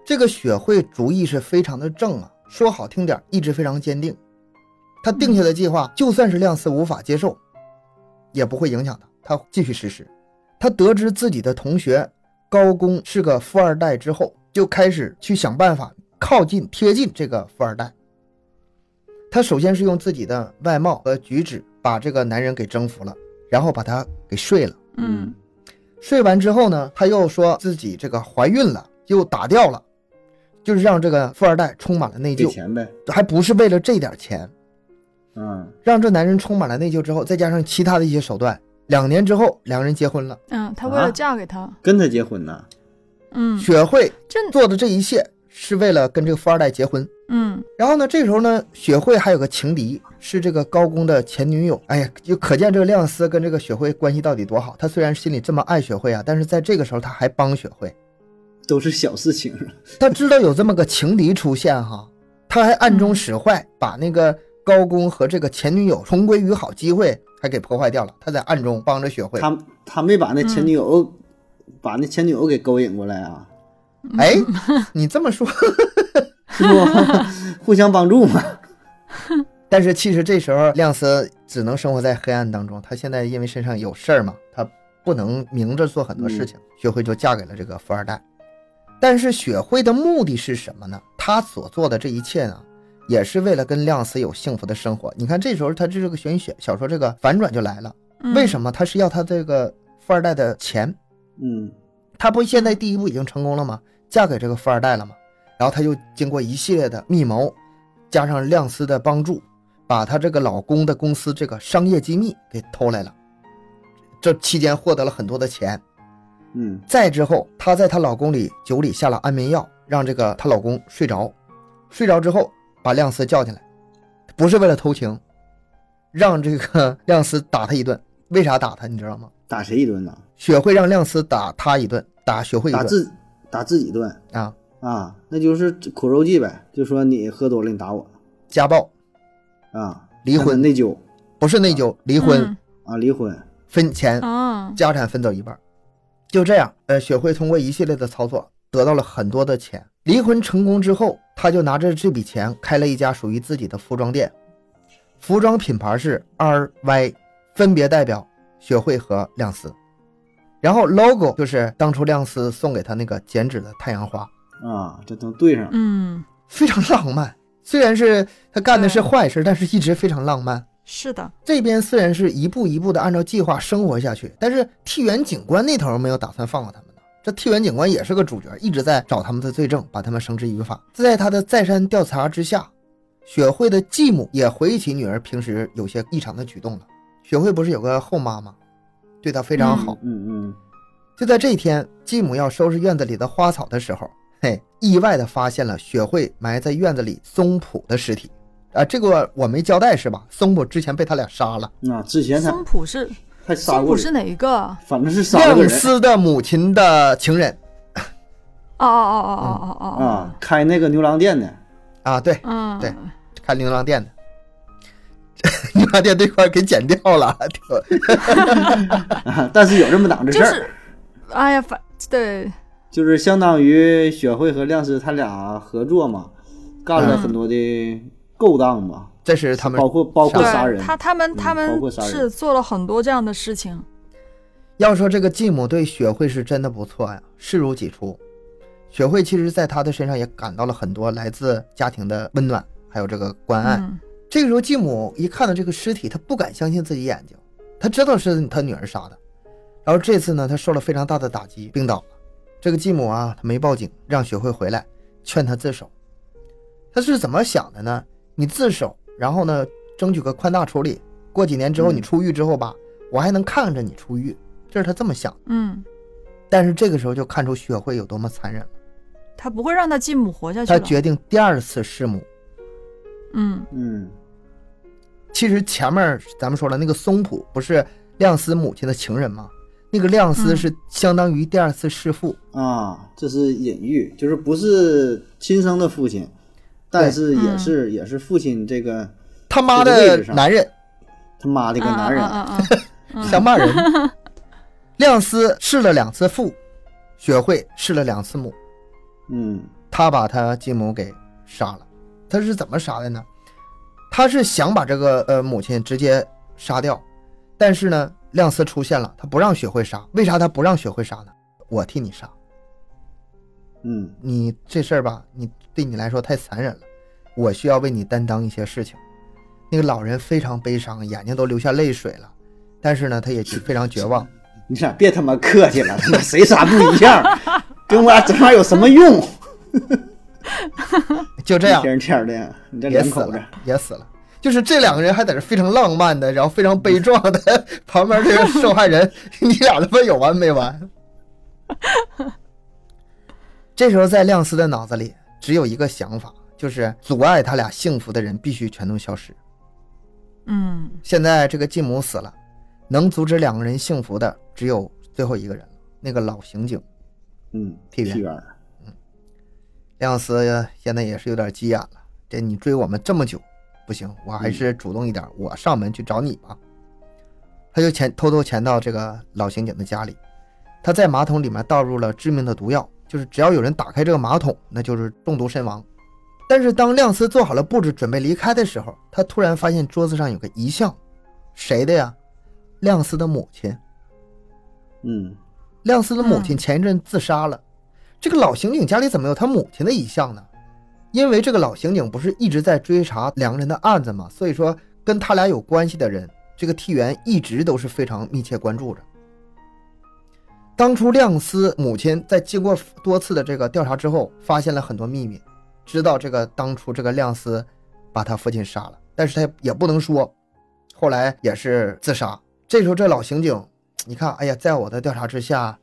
A: 这个雪慧主意是非常的正啊，说好听点儿，意志非常坚定。他定下的计划，就算是亮司无法接受，也不会影响他，他继续实施。他得知自己的同学高公是个富二代之后，就开始去想办法靠近、贴近这个富二代。他首先是用自己的外貌和举止把这个男人给征服了，然后把他给睡了。
B: 嗯，
A: 睡完之后呢，她又说自己这个怀孕了，又打掉了，就是让这个富二代充满了内
C: 给
A: 疚，
C: 钱呗，
A: 还不是为了这点钱，
C: 嗯，
A: 让这男人充满了内疚之后，再加上其他的一些手段，两年之后两人结婚了。
B: 嗯，他
C: 啊
B: 为了嫁给他，
C: 跟他结婚呢，
B: 嗯，
A: 雪慧
B: 这
A: 做的这一切是为了跟这个富二代结婚。
B: 嗯
A: 然后呢，这时候呢，雪慧还有个情敌是这个高公的前女友。哎呀，就可见这个亮司跟这个雪慧关系到底多好。他虽然心里这么爱雪慧啊，但是在这个时候他还帮雪慧。
C: 都是小事情。
A: 他知道有这么个情敌出现哈，他还暗中使坏，把那个高公和这个前女友重归于好机会还给破坏掉了。他在暗中帮着雪慧，
C: 他他没把那前女友、
B: 嗯
C: 把那前女友给勾引过来啊，
A: 哎， 你这么说，
C: 是不？ 互相帮助嘛。
A: 但是其实这时候亮司只能生活在黑暗当中。他现在因为身上有事儿嘛，他不能明着做很多事情。雪慧就嫁给了这个富二代，但是雪慧的目的是什么呢？她所做的这一切呢，也是为了跟亮司有幸福的生活。你看这时候他这个玄学小说这个反转就来了。
B: 嗯，
A: 为什么他是要他这个富二代的钱？
C: 嗯，
A: 他不现在第一步已经成功了吗？嫁给这个富二代了吗？然后他又经过一系列的密谋，加上亮司的帮助，把他这个老公的公司这个商业机密给偷来了。这期间获得了很多的钱。
C: 嗯，
A: 再之后，她在她老公里酒里下了安眠药，让这个她老公睡着。睡着之后，把亮司叫进来，不是为了偷情，让这个 亮司打他一顿。为啥打他？你知道吗？
C: 打谁一顿呢？
A: 雪慧让亮司打他一顿，打雪慧一
C: 打
A: 顿
C: 自打自己一顿
A: 啊，
C: 啊，那就是苦肉计呗，就说你喝多了，你打我
A: 家暴、
C: 啊，
A: 离婚
C: 看看内疚
A: 不是内疚，离婚、
C: 啊，离婚。
A: 分钱
B: 嗯、啊，
A: 家产分走一半儿。就这样，呃，雪慧通过一系列的操作得到了很多的钱。离婚成功之后，她就拿着这笔钱开了一家属于自己的服装店，服装品牌是 RY，分别代表雪慧和亮司。然后 logo 就是当初亮司送给她那个剪纸的太阳花，
C: 啊，这都对上了。
B: 嗯，
A: 非常浪漫。虽然是他干的是
B: 对
A: 坏事，但是一直非常浪漫。
B: 是的，
A: 这边虽然是一步一步的按照计划生活下去，但是替原警官那头没有打算放过他们的。这替原警官也是个主角，一直在找他们的罪证，把他们绳之于法。在他的再三调查之下，雪慧的继母也回忆起女儿平时有些异常的举动了。雪慧不是有个后妈吗？对她非常好。
C: 嗯嗯，
A: 就在这一天，继母要收拾院子里的花草的时候，嘿，意外的发现了雪慧埋在院子里松浦的尸体。啊，这个我没交代是吧？松浦之前被他俩杀了。
C: 那、啊、之前他
B: 松浦是
C: 还杀
B: 松
C: 过
B: 浦是
C: 人，
B: 哪一个？哦
C: 反正是杀了个
A: 亮
C: 人
A: 司的母亲的情人
B: 哦哦哦哦哦哦，
C: 嗯啊，开那个牛郎店的，
A: 啊，对，
B: 嗯，
A: 对开牛郎店的。你把这这块给剪掉了， 挺
C: 啊但是有这么档子事
B: 就
C: 儿，
B: 是，哎呀，反对，
C: 就是相当于雪慧和亮司他俩合作嘛，干了很多的勾当嘛，
A: 这是嗯他们
C: 包括包括杀
B: 对
C: 人，
B: 他他们他
C: 嗯包括
B: 们
C: 杀人
B: 是做了很多这样的事情，
A: 要说这个继母对雪慧是真的不错呀，视如己出。雪慧其实在她的身上也感到了很多来自家庭的温暖，还有这个关爱。
B: 嗯，
A: 这个时候，继母一看到这个尸体，她不敢相信自己眼睛，她知道是她女儿杀的。然后这次呢，她受了非常大的打击，病倒了。这个继母啊，她没报警，让雪慧回来劝她自首。她是怎么想的呢？你自首，然后呢，争取个宽大处理。过几年之后，
C: 嗯
A: 你出狱之后吧，我还能看着你出狱，这是她这么想的。
B: 嗯，
A: 但是这个时候就看出雪慧有多么残忍了，
B: 他不会让他继母活下去
A: 她
B: 了，
A: 决定第二次弑母。
B: 嗯
C: 嗯
A: 其实前面咱们说了，那个松浦不是亮司母亲的情人吗？那个亮司
B: 嗯
A: 是相当于第二次弑父，
C: 啊，这是隐喻，就是不是亲生的父亲，但是也
B: 嗯
C: 是、也是父亲这个
A: 他妈
C: 这
A: 的
C: 个位置上
A: 男人
C: 他妈的
B: 嗯
C: 个男人，
B: 嗯嗯嗯嗯
A: 想骂人。亮司弑了两次父，雪慧弑了两次母，
C: 嗯
A: 他把他继母给杀了。他是怎么杀的呢？他是想把这个呃母亲直接杀掉，但是呢，亮司出现了，他不让雪慧杀。为啥他不让雪慧杀呢？我替你杀。
C: 嗯
A: 你这事儿吧，你对你来说太残忍了，我需要为你担当一些事情。那个老人非常悲伤，眼睛都流下泪水了，但是呢，他也非常绝望。
C: 你俩别他妈客气了，他妈谁仨不一样，跟我俩整那有什么用？
A: 就这样
C: 一，天天的，你这
A: 也啊
C: 两
A: 死
C: 口子
A: 了，也死了。就是这两个人还在这非常浪漫的，然后非常悲壮的， 旁边这个受害人， 你俩他妈有完没完？ 这时候，在亮司的脑子里只有一个想法，就是阻碍他俩幸福的人必须全都消失。
B: 嗯
A: 现在这个继母死了，能阻止两个人幸福的只有最后一个人了，那个老刑警
C: 嗯，
A: 替人
C: 替缘儿，
A: 亮司现在也是有点急眼了，这你追我们这么久，不行，我还是主动一点，我上门去找你吧。他就潜偷偷潜到这个老刑警的家里，他在马桶里面倒入了致命的毒药，就是只要有人打开这个马桶，那就是中毒身亡。但是当亮司做好了布置，准备离开的时候，他突然发现桌子上有个遗像，谁的呀？亮司的母亲。
C: 嗯
A: 亮司的母亲前一阵自杀了，这个老刑警家里怎么有他母亲的遗像呢？因为这个老刑警不是一直在追查两个人的案子嘛，所以说跟他俩有关系的人，这个替员一直都是非常密切关注着。当初亮司母亲在经过多次的这个调查之后，发现了很多秘密，知道这个当初这个亮司把他父亲杀了，但是他也不能说，后来也是自杀。这时候这老刑警，你看，哎呀，在我的调查之下，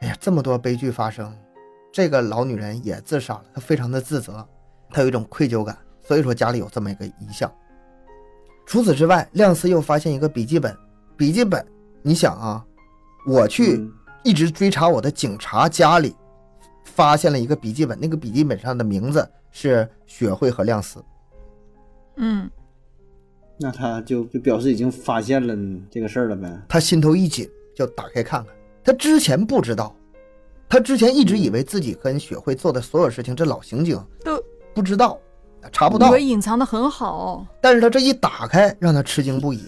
A: 哎呀，这么多悲剧发生，这个老女人也自杀了，她非常的自责，她有一种愧疚感，所以说家里有这么一个遗像。除此之外，亮司又发现一个笔记本，笔记本，你想啊，我去
C: 嗯
A: 一直追查我的警察家里，发现了一个笔记本，那个笔记本上的名字是雪慧和亮司。
B: 嗯
C: 那他就就表示已经发现了这个事儿了呗。
A: 他心头一紧，就打开看看。他之前不知道，他之前一直以为自己跟雪慧做的所有事情，这老刑警
B: 都
A: 不知道，查不
B: 以
A: 到
B: 为。隐藏的很好，
A: 但是他这一打开，让他吃惊不已，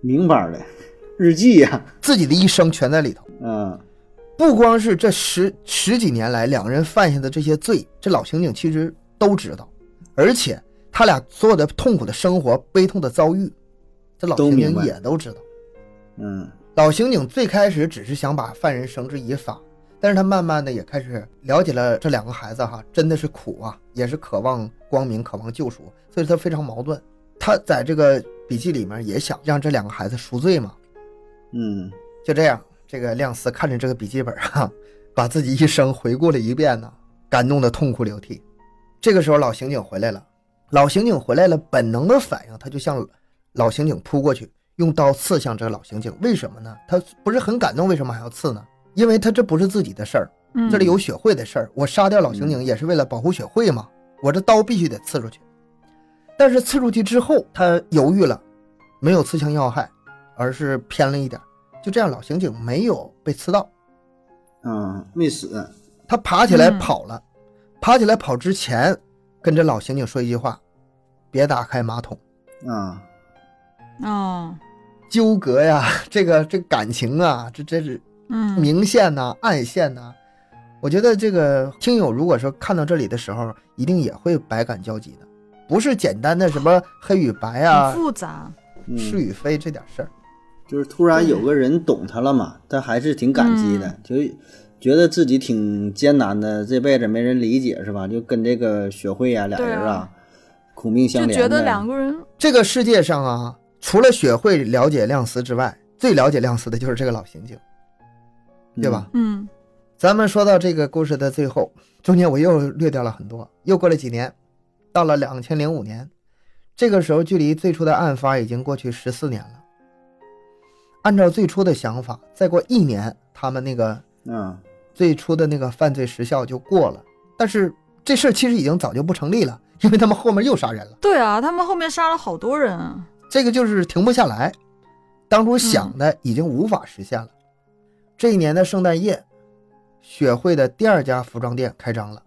C: 明白了，日记呀、
A: 自己的一生全在里头。
C: 嗯
A: 不光是这十十几年来两个人犯下的这些罪，这老刑警其实都知道，而且他俩所有的痛苦的生活、悲痛的遭遇，这老
C: 都
A: 刑
C: 明
A: 警
C: 白
A: 也都知道。
C: 嗯
A: 老刑警最开始只是想把犯人绳之以法，但是他慢慢的也开始了解了这两个孩子哈，真的是苦啊，也是渴望光明，渴望救赎，所以他非常矛盾。他在这个笔记里面也想让这两个孩子赎罪嘛，
C: 嗯
A: 就这样，这个亮司看着这个笔记本哈、把自己一生回顾了一遍呢，感动的痛哭流涕。这个时候，老刑警回来了，老刑警回来了，本能的反应，他就向老刑警扑过去，用刀刺向这个老刑警。为什么呢？他不是很感动，为什么还要刺呢？因为他这不是自己的事儿，
B: 嗯
A: 这里有雪慧的事儿，我杀掉老刑警也是为了保护雪慧嘛，我这刀必须得刺出去。但是刺出去之后，他犹豫了，没有刺枪要害，而是偏了一点儿。就这样，老刑警没有被刺到，
C: 啊，没死，
A: 他爬起来
B: 嗯
A: 跑了。爬起来跑之前，跟这老刑警说一句话：“别打开马桶。”
C: 啊，
B: 哦，
A: 纠葛呀，这个这个感情啊，这这是
B: 嗯，
A: 明线呐、暗线呐、我觉得这个听友如果说看到这里的时候，一定也会百感交集的，不是简单的什么黑与白
B: 很
A: 啊、
B: 复杂，
C: 嗯，
A: 是与非这点事儿。
C: 就是突然有个人懂他了
B: 嗯
C: 嘛，他还是挺感激的，就觉得自己挺艰难的，这辈子没人理解是吧？就跟这个学会呀、俩
B: 对啊
C: 人啊，苦命相
B: 就
C: 连
B: 觉
C: 的，
B: 得两个人
A: 这个世界上啊，除了雪会了解亮司之外，最了解亮司的就是这个老刑警，对吧？
B: 嗯
A: 咱们说到这个故事的最后，中间我又略掉了很多。又过了几年，到了两千零五年，这个时候距离最初的案发已经过去十四年了。按照最初的想法，再过一年，他们那个
C: 嗯？啊，
A: 最初的那个犯罪时效就过了。但是这事儿其实已经早就不成立了，因为他们后面又杀人了。
B: 对啊，他们后面杀了好多人啊，
A: 这个就是停不下来，当初想的已经无法实现了。这一年的圣诞夜，雪会的第二家服装店开张了，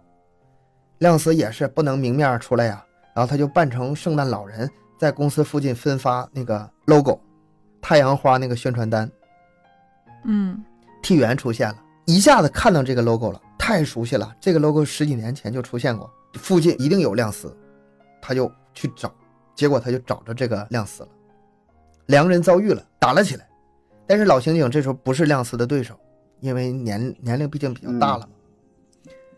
A: 亮司也是不能明面出来呀、然后他就扮成圣诞老人，在公司附近分发那个 logo，太阳花那个宣传单，
B: 嗯，
A: 替员出现了，一下子看到这个 logo 了，太熟悉了，这个 logo 十几年前就出现过，附近一定有亮司，他就去找，结果他就找着这个亮司了，两个人遭遇了，打了起来，但是老刑警这时候不是亮司的对手，因为年年龄毕竟比较大了，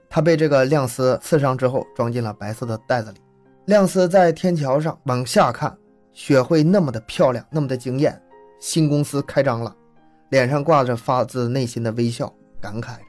A: 他被这个亮司刺伤之后，装进了白色的袋子里。亮司在天桥上往下看，雪会那么的漂亮，那么的惊艳，新公司开张了。脸上挂着发自内心的微笑，感慨着。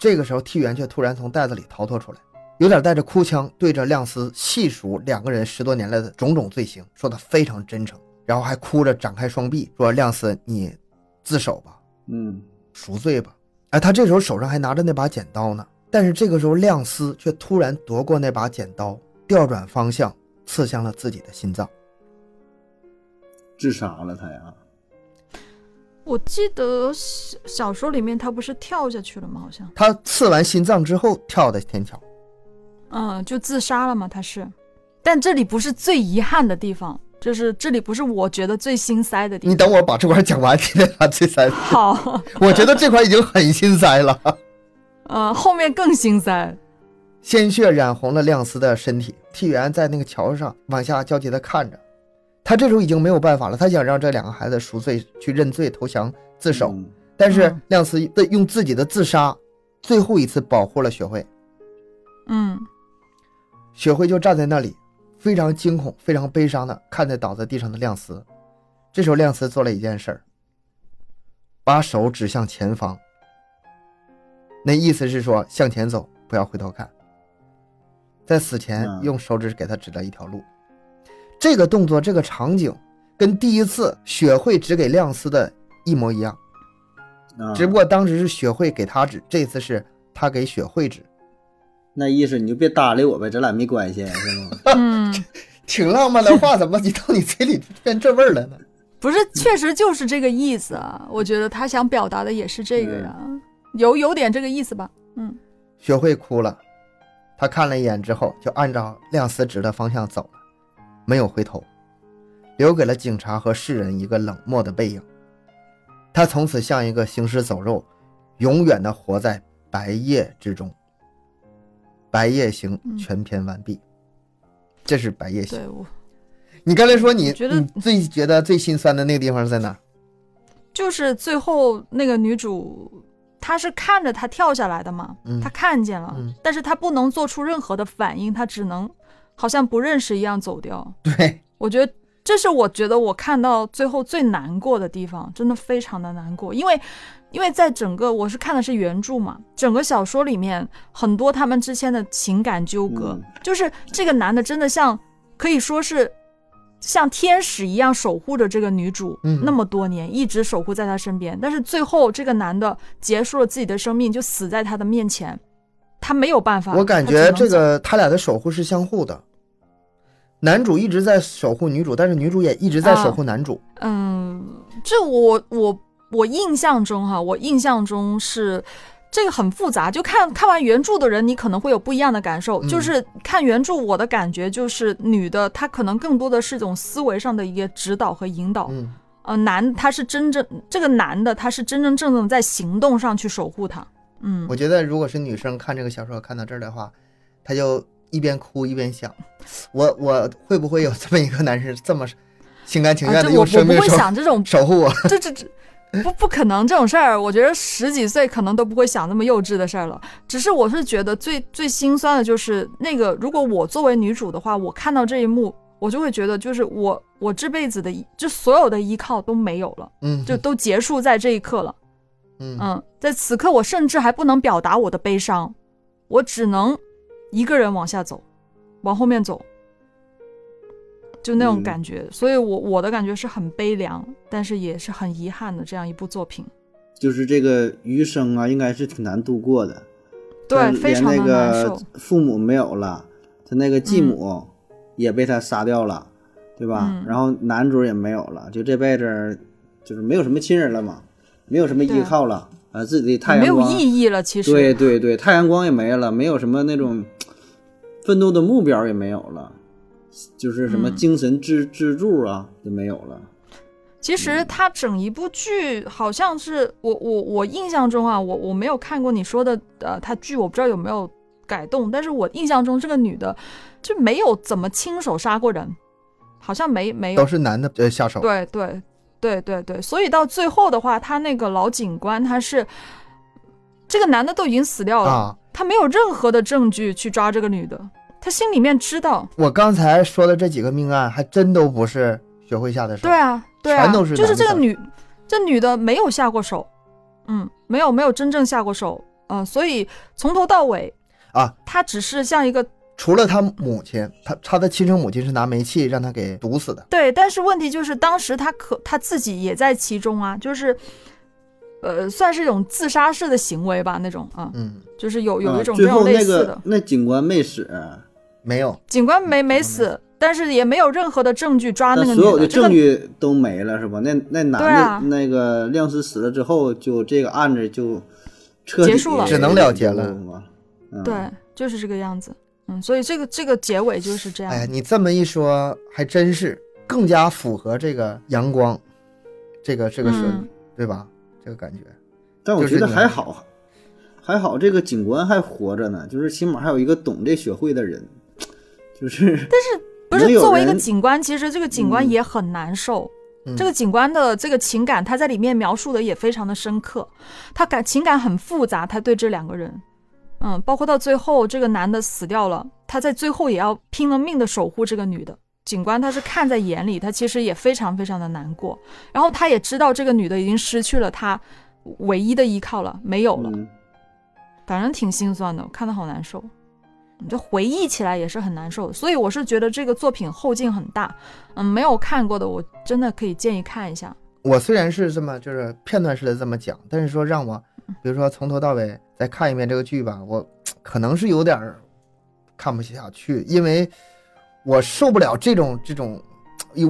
A: 这个时候，替员却突然从袋子里逃脱出来，有点带着哭腔，对着亮司细数两个人十多年来的种种罪行，说的非常真诚，然后还哭着展开双臂，说：“亮司，你自首吧，
C: 嗯
A: 赎罪吧。”哎，他这时候手上还拿着那把剪刀呢。但是这个时候，亮司却突然夺过那把剪刀，调转方向，刺向了自己的心脏。
C: 自杀了他呀，
B: 我记得小小说里面他不是跳下去了吗？好像，
A: 他刺完心脏之后，跳的天桥。
B: 嗯，就自杀了嘛，他是，但这里不是最遗憾的地方，就是这里不是我觉得最心塞的地
A: 你
B: 方。
A: 等我把这块讲完，你再把这三
B: 好，
A: 我觉得这块已经很心塞了。
B: 呃，后面更心塞。
A: 鲜血染红了亮司的身体，替员在那个桥上往下焦急地看着。他这时候已经没有办法了，他想让这两个孩子赎罪，去认罪投降自首。
C: 嗯
A: 但是
B: 嗯
A: 亮司的用自己的自杀，最后一次保护了雪慧。
B: 嗯
A: 雪慧就站在那里，非常惊恐、非常悲伤的看着倒在地上的亮司。这时候，亮司做了一件事儿，把手指向前方，那意思是说向前走，不要回头看。在死前
C: 嗯
A: 用手指给他指了一条路。这个动作，这个场景，跟第一次雪慧指给亮司的一模一样，
C: 啊，
A: 只不过当时是雪慧给他指，这次是他给雪慧指，
C: 那意思你就别搭理我呗，咱俩没关系是吗？
B: 嗯，
A: 挺浪漫的话，怎么你到你嘴里变这味儿了呢？
B: 不是，确实就是这个意思啊。我觉得他想表达的也是这个呀、
A: 嗯
B: 有有点这个意思吧。嗯
A: 学会哭了。他看了一眼之后，就按照亮司指的方向走了，没有回头，留给了警察和世人一个冷漠的背影。他从此像一个行尸走肉，永远的活在白夜之中。白夜行
B: 嗯
A: 全篇完毕，这是白夜行。
B: 对我
A: 你刚才说你
B: 我觉得
A: 你最觉得最心酸的那个地方是在哪 儿？
B: 就是最后那个女主，她是看着他跳下来的嘛，
A: 嗯
B: 她看见了，
A: 嗯
B: 但是她不能做出任何的反应，她只能好像不认识一样走掉。
A: 对，
B: 我觉得这是我觉得我看到最后最难过的地方，真的非常的难过，因为因为在整个我是看的是原著嘛，整个小说里面很多他们之间的情感纠葛，
C: 嗯
B: 就是这个男的真的像可以说是。像天使一样守护着这个女主，
A: 嗯
B: 那么多年一直守护在她身边，但是最后这个男的结束了自己的生命，就死在她的面前，她没有办法。
A: 我感
B: 她只
A: 觉
B: 能
A: 这
B: 走
A: 个他俩的守护是相互的。男主一直在守护女主，但是女主也一直在守
B: 啊
A: 护男主。
B: 嗯，这我我我印象中哈，我印象中是这个很复杂，就看看完原著的人，你可能会有不一样的感受。
A: 嗯
B: 就是看原著，我的感觉就是女的她可能更多的是一种思维上的一个指导和引导，
A: 嗯，
B: 呃，男他是真正这个男的他是真真正正在行动上去守护她。嗯，
A: 我觉得如果是女生看这个小说看到这儿的话，她就一边哭一边想，我我会不会有这么一个男人这么心甘情
B: 啊
A: 愿
B: 这
A: 的
B: 我
A: 用
B: 我
A: 生
B: 不
A: 命
B: 会
A: 守、
B: 想这 种
A: 守护我？
B: 这这这。不不可能这种事儿，我觉得十几岁可能都不会想那么幼稚的事儿了。只是我是觉得最最心酸的就是那个，如果我作为女主的话，我看到这一幕，我就会觉得就是我我这辈子的依就所有的依靠都没有了，
A: 嗯，
B: 就都结束在这一刻了。
A: 嗯
B: 嗯，在此刻我甚至还不能表达我的悲伤，我只能一个人往下走，往后面走，就那种
C: 嗯
B: 感觉。所以我我的感觉是很悲凉，但是也是很遗憾的这样一部作品。
C: 就是这个余生啊，应该是挺难度过的。他
B: 对，非
C: 连
B: 常的
C: 那
B: 难受
C: 个。父母没有了，他那个继母也被他杀掉了，对吧？
B: 嗯
C: 然后男主也没有了，就这辈子就是没有什么亲人了嘛，没有什么依
B: 对
C: 靠了，啊，自己的太
B: 没
C: 阳
B: 有
C: 光，
B: 意义了，其实
C: 对对对，太阳光也没了，没有什么那种奋斗的目标也没有了，就是什么
B: 嗯
C: 精神支、支柱啊也没有了。
B: 其实
A: 嗯
B: 它整一部剧好像是我我我印象中啊，我我没有看过你说的呃，它剧我不知道有没有改动，但是我印象中这个女的就没有怎么亲手杀过人，好像没没有
A: 都是男的呃下手。
B: 对对对对对，所以到最后的话，他那个老警官他是这个男的都已经死掉了，
A: 啊，
B: 他没有任何的证据去抓这个女的，他心里面知道，
A: 我刚才说的这几个命案还真都不是学会下的手。
B: 对啊对啊，
A: 全都是
B: 就
A: 男
B: 是
A: 的
B: 这个
A: 下
B: 女这女的没有下过手，嗯，没有没有真正下过手，嗯、所以从头到尾
A: 啊，
B: 她只是像一个
A: 除了他母亲，他他的亲生母亲是拿煤气让他给毒死的。
B: 对，但是问题就是当时他可他自己也在其中啊，就是。呃，算是一种自杀式的行为吧，那种啊，
A: 嗯，
B: 就是有有
C: 啊
B: 一种这
C: 最
B: 种
C: 后
B: 类
C: 那
B: 似的。
C: 个那警官没死，
A: 没有，
B: 警官没没
A: 没
B: 死，但是也没有任何的证据抓那
C: 但
B: 个女
C: 嗯所有的
B: 这个
C: 证据都没了，是吧？那那男的、
B: 对啊
C: 那个亮司死了之后，就这个案子就彻底
B: 结束了
A: 只能了结了。
C: 嗯、
B: 对，就是这个样子。嗯，所以这个这个结尾就是啊这样。
A: 哎呀，你这么一说，还真是更加符合这个阳光，这个这个是、
B: 嗯
A: 对吧？这个感觉，
C: 但我觉
A: 就是
C: 得
A: 你
C: 还好，还好这个警官还活着呢，就是起码还有一个懂这学会的人，就是
B: 不
C: 能
B: 是
C: 有
B: 作为一个
C: 人
B: 警官，其实这个警官
C: 嗯
B: 也很难受。
A: 嗯
B: 这个警官的这个情感，他在里面描述的也非常的深刻，他感情感很复杂，他对这两个人，嗯，包括到最后这个男的死掉了，他在最后也要拼了命的守护这个女的。警官他是看在眼里，他其实也非常非常的难过，然后他也知道这个女的已经失去了他唯一的依靠了，没有了，
C: 嗯
B: 反正挺心酸的，我看的好难受。你这回忆起来也是很难受的，所以我是觉得这个作品后劲很大。嗯，没有看过的，我真的可以建议看一下。
A: 我虽然是这么就是片段式的这么讲，但是说让我，比如说从头到尾再看一遍这个剧吧，我可能是有点儿看不下去，因为我受不了这种这种，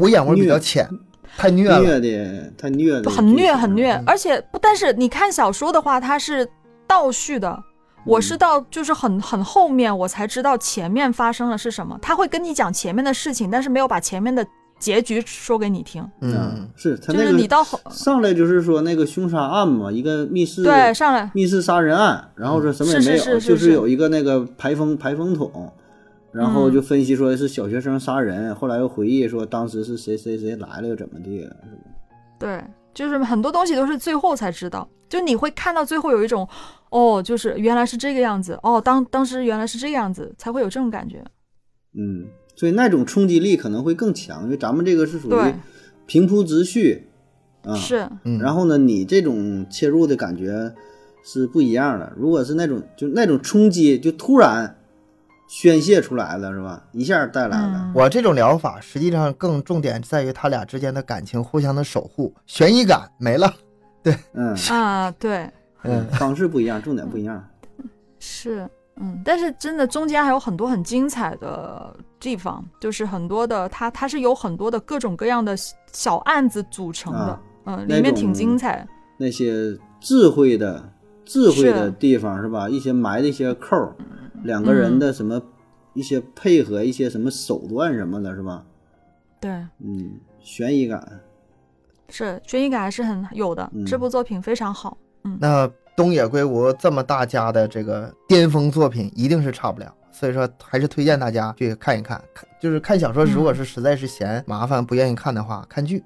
A: 我眼光比较
C: 虐
A: 浅，太虐了。
C: 虐的，他虐的，
B: 很虐，很虐
A: 嗯，
B: 而且不但是你看小说的话，它是倒叙的。我
C: 嗯
B: 是到就是很很后面我才知道前面发生了是什么，他会跟你讲前面的事情，但是没有把前面的结局说给你听，
A: 嗯
C: 嗯，，是他
B: 就
C: 那
B: 是
C: 个
B: 你到后
C: 上来就是说那个凶杀案嘛，一个密室
B: 对上来
C: 密室杀人案，然后说什么也
B: 是是
C: 没
B: 是
C: 有，
B: 是
C: 就是是有一个那个排风排风筒，然
B: 嗯
C: 后就分析说是小学生杀人，后来又回忆说当时是谁谁谁来了又怎么地了，
B: 对，就是很多东西都是最后才知道，就你会看到最后有一种哦，就是原来是这个样子，哦，当当时原来是这个样子，才会有这种感觉。
C: 嗯，所以那种冲击力可能会更强，因为咱们这个是属于
B: 对，
C: 平铺直叙啊，
B: 是
A: 嗯
C: 然后呢，你这种切入的感觉是不一样的。如果是那种就那种冲击，就突然宣泄出来了，是吧？一下带来了。
B: 嗯
A: 我这种疗法实际上更重点在于他俩之间的感情互相的守护，悬疑感没了。
C: 嗯
B: 啊，对，
A: 嗯
C: 方式不一样，重点不一样。
B: 是，嗯，但是真的中间还有很多很精彩的地方，就是很多的它它是有很多的各种各样的小案子组成的，
C: 啊
B: 嗯，
C: 那
B: 里面
C: 种
B: 挺精彩。
C: 那些智慧的智慧的
B: 是
C: 地方是吧？一些埋的一些扣儿，两个人的什么一些配合，一些什么手段什么的，是吧？
B: 对，
C: 嗯，悬疑感，
B: 是悬疑感还是很有的，
C: 嗯
B: 这部作品非常好。
A: 那东野圭吾这么大家的这个巅峰作品，一定是差不了。所以说，还是推荐大家去看一看，看就是看小说，
B: 嗯
A: 如果是实在是嫌麻烦不愿意看的话，看剧。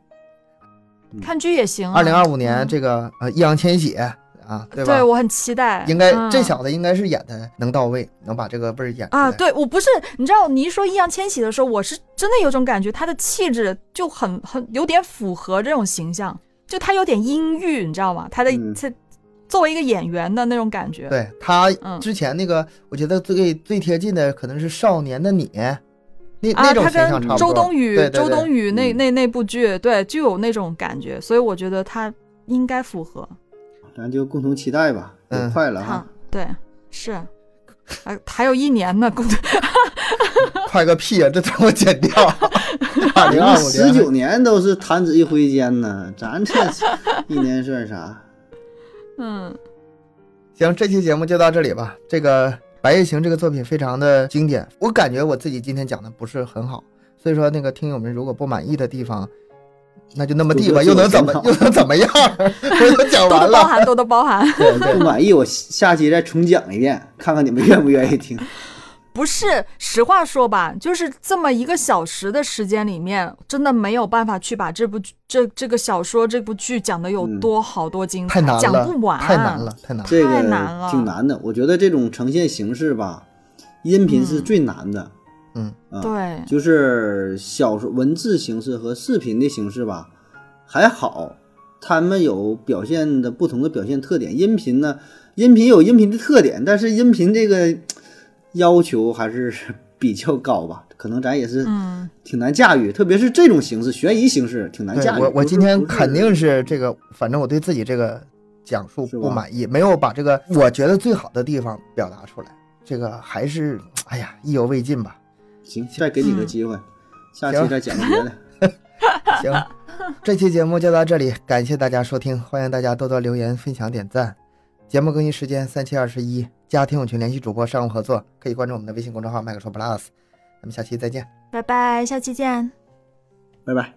C: 嗯
B: 看剧也行、啊。
A: 二零二五年
B: 嗯
A: 这个呃，易烊千玺啊，对吧？
B: 我很期待。
A: 应该、
B: 嗯
A: 这小子应该是演的能到位，能把这个味儿演出来
B: 啊，对我不是，你知道你一说易烊千玺的时候，我是真的有种感觉，他的气质就很很有点符合这种形象，就他有点阴郁，你知道吗？他的、
C: 嗯
B: 他作为一个演员的那种感觉，
A: 对他
B: 嗯
A: 之前那个，我觉得最最贴近的可能是《少年的你》，那、
B: 啊，
A: 那种
B: 他
A: 形象差
B: 跟
A: 不多。
B: 周冬雨，
A: 对对对
B: 周冬雨那
C: 嗯
B: 那那部剧，对，就有那种感觉，所以我觉得他应该符合。
C: 咱就共同期待吧。
A: 嗯
C: 也快了
B: 哈
C: 哈，，
B: 对，是，啊，还有一年呢，公
A: 快个屁呀、啊这怎么剪 掉？二零二五
C: 十
A: 年
C: 九年都是弹指一挥间呢，咱这一年算啥？
B: 嗯，
A: 行，这期节目就到这里吧。这个《白夜行》这个作品非常的经典，我感觉我自己今天讲的不是很好，所以说那个听友们如果不满意的地方，那就那么地吧，又
C: 就
A: 能
C: 就
A: 怎么
C: 挺好
A: 又能怎么样？我都讲
B: 多
A: 完
B: 多包
A: 了，
B: 涵，多多包涵。
A: 对对
C: 不满意我下期再重讲一遍，看看你们愿不愿 意听。
B: 不是，实话说吧，就是这么一个小时的时间里面，真的没有办法去把这部剧这这个小说这部剧讲的有
C: 嗯
B: 多好多精彩，
A: 太难
B: 讲
A: 了，
B: 不完，
A: 太难了，太难了。
C: 这
B: 太
C: 个
B: 难了
C: 挺难的。我觉得这种呈现形式吧，音频是最难的。
A: 嗯
C: 啊，
B: 对，
C: 就是小说文字形式和视频的形式吧，还好，他们有表现的不同的表现特点。音频呢，音频有音频的特点，但是音频这个要求还是 比较高吧，可能咱也是
B: 嗯，
C: 挺难驾驭，特别是这种形式，悬疑形式挺难
A: 对
C: 驾驭。
A: 我，我
C: 不是
A: 今天
C: 不是
A: 肯定是这个，反正我对自己这个讲述
C: 是
A: 不
C: 吧
A: 满意，没有把这个我觉得最好的地方表达出来，这个还是哎呀意犹未 尽吧。
C: 行，再给你个
B: 嗯
C: 机会，下
A: 行
C: 期再讲别的。
A: 行，这期节目就到这里，感谢大家收听，欢迎大家多多留言、分享、点赞。节目更新时间三七二十一，加听友群联系主播商务合作，可以关注我们的微信公众号“麦克说 Plus”。咱们下期再见。
B: 拜拜，下期见。
C: 拜拜。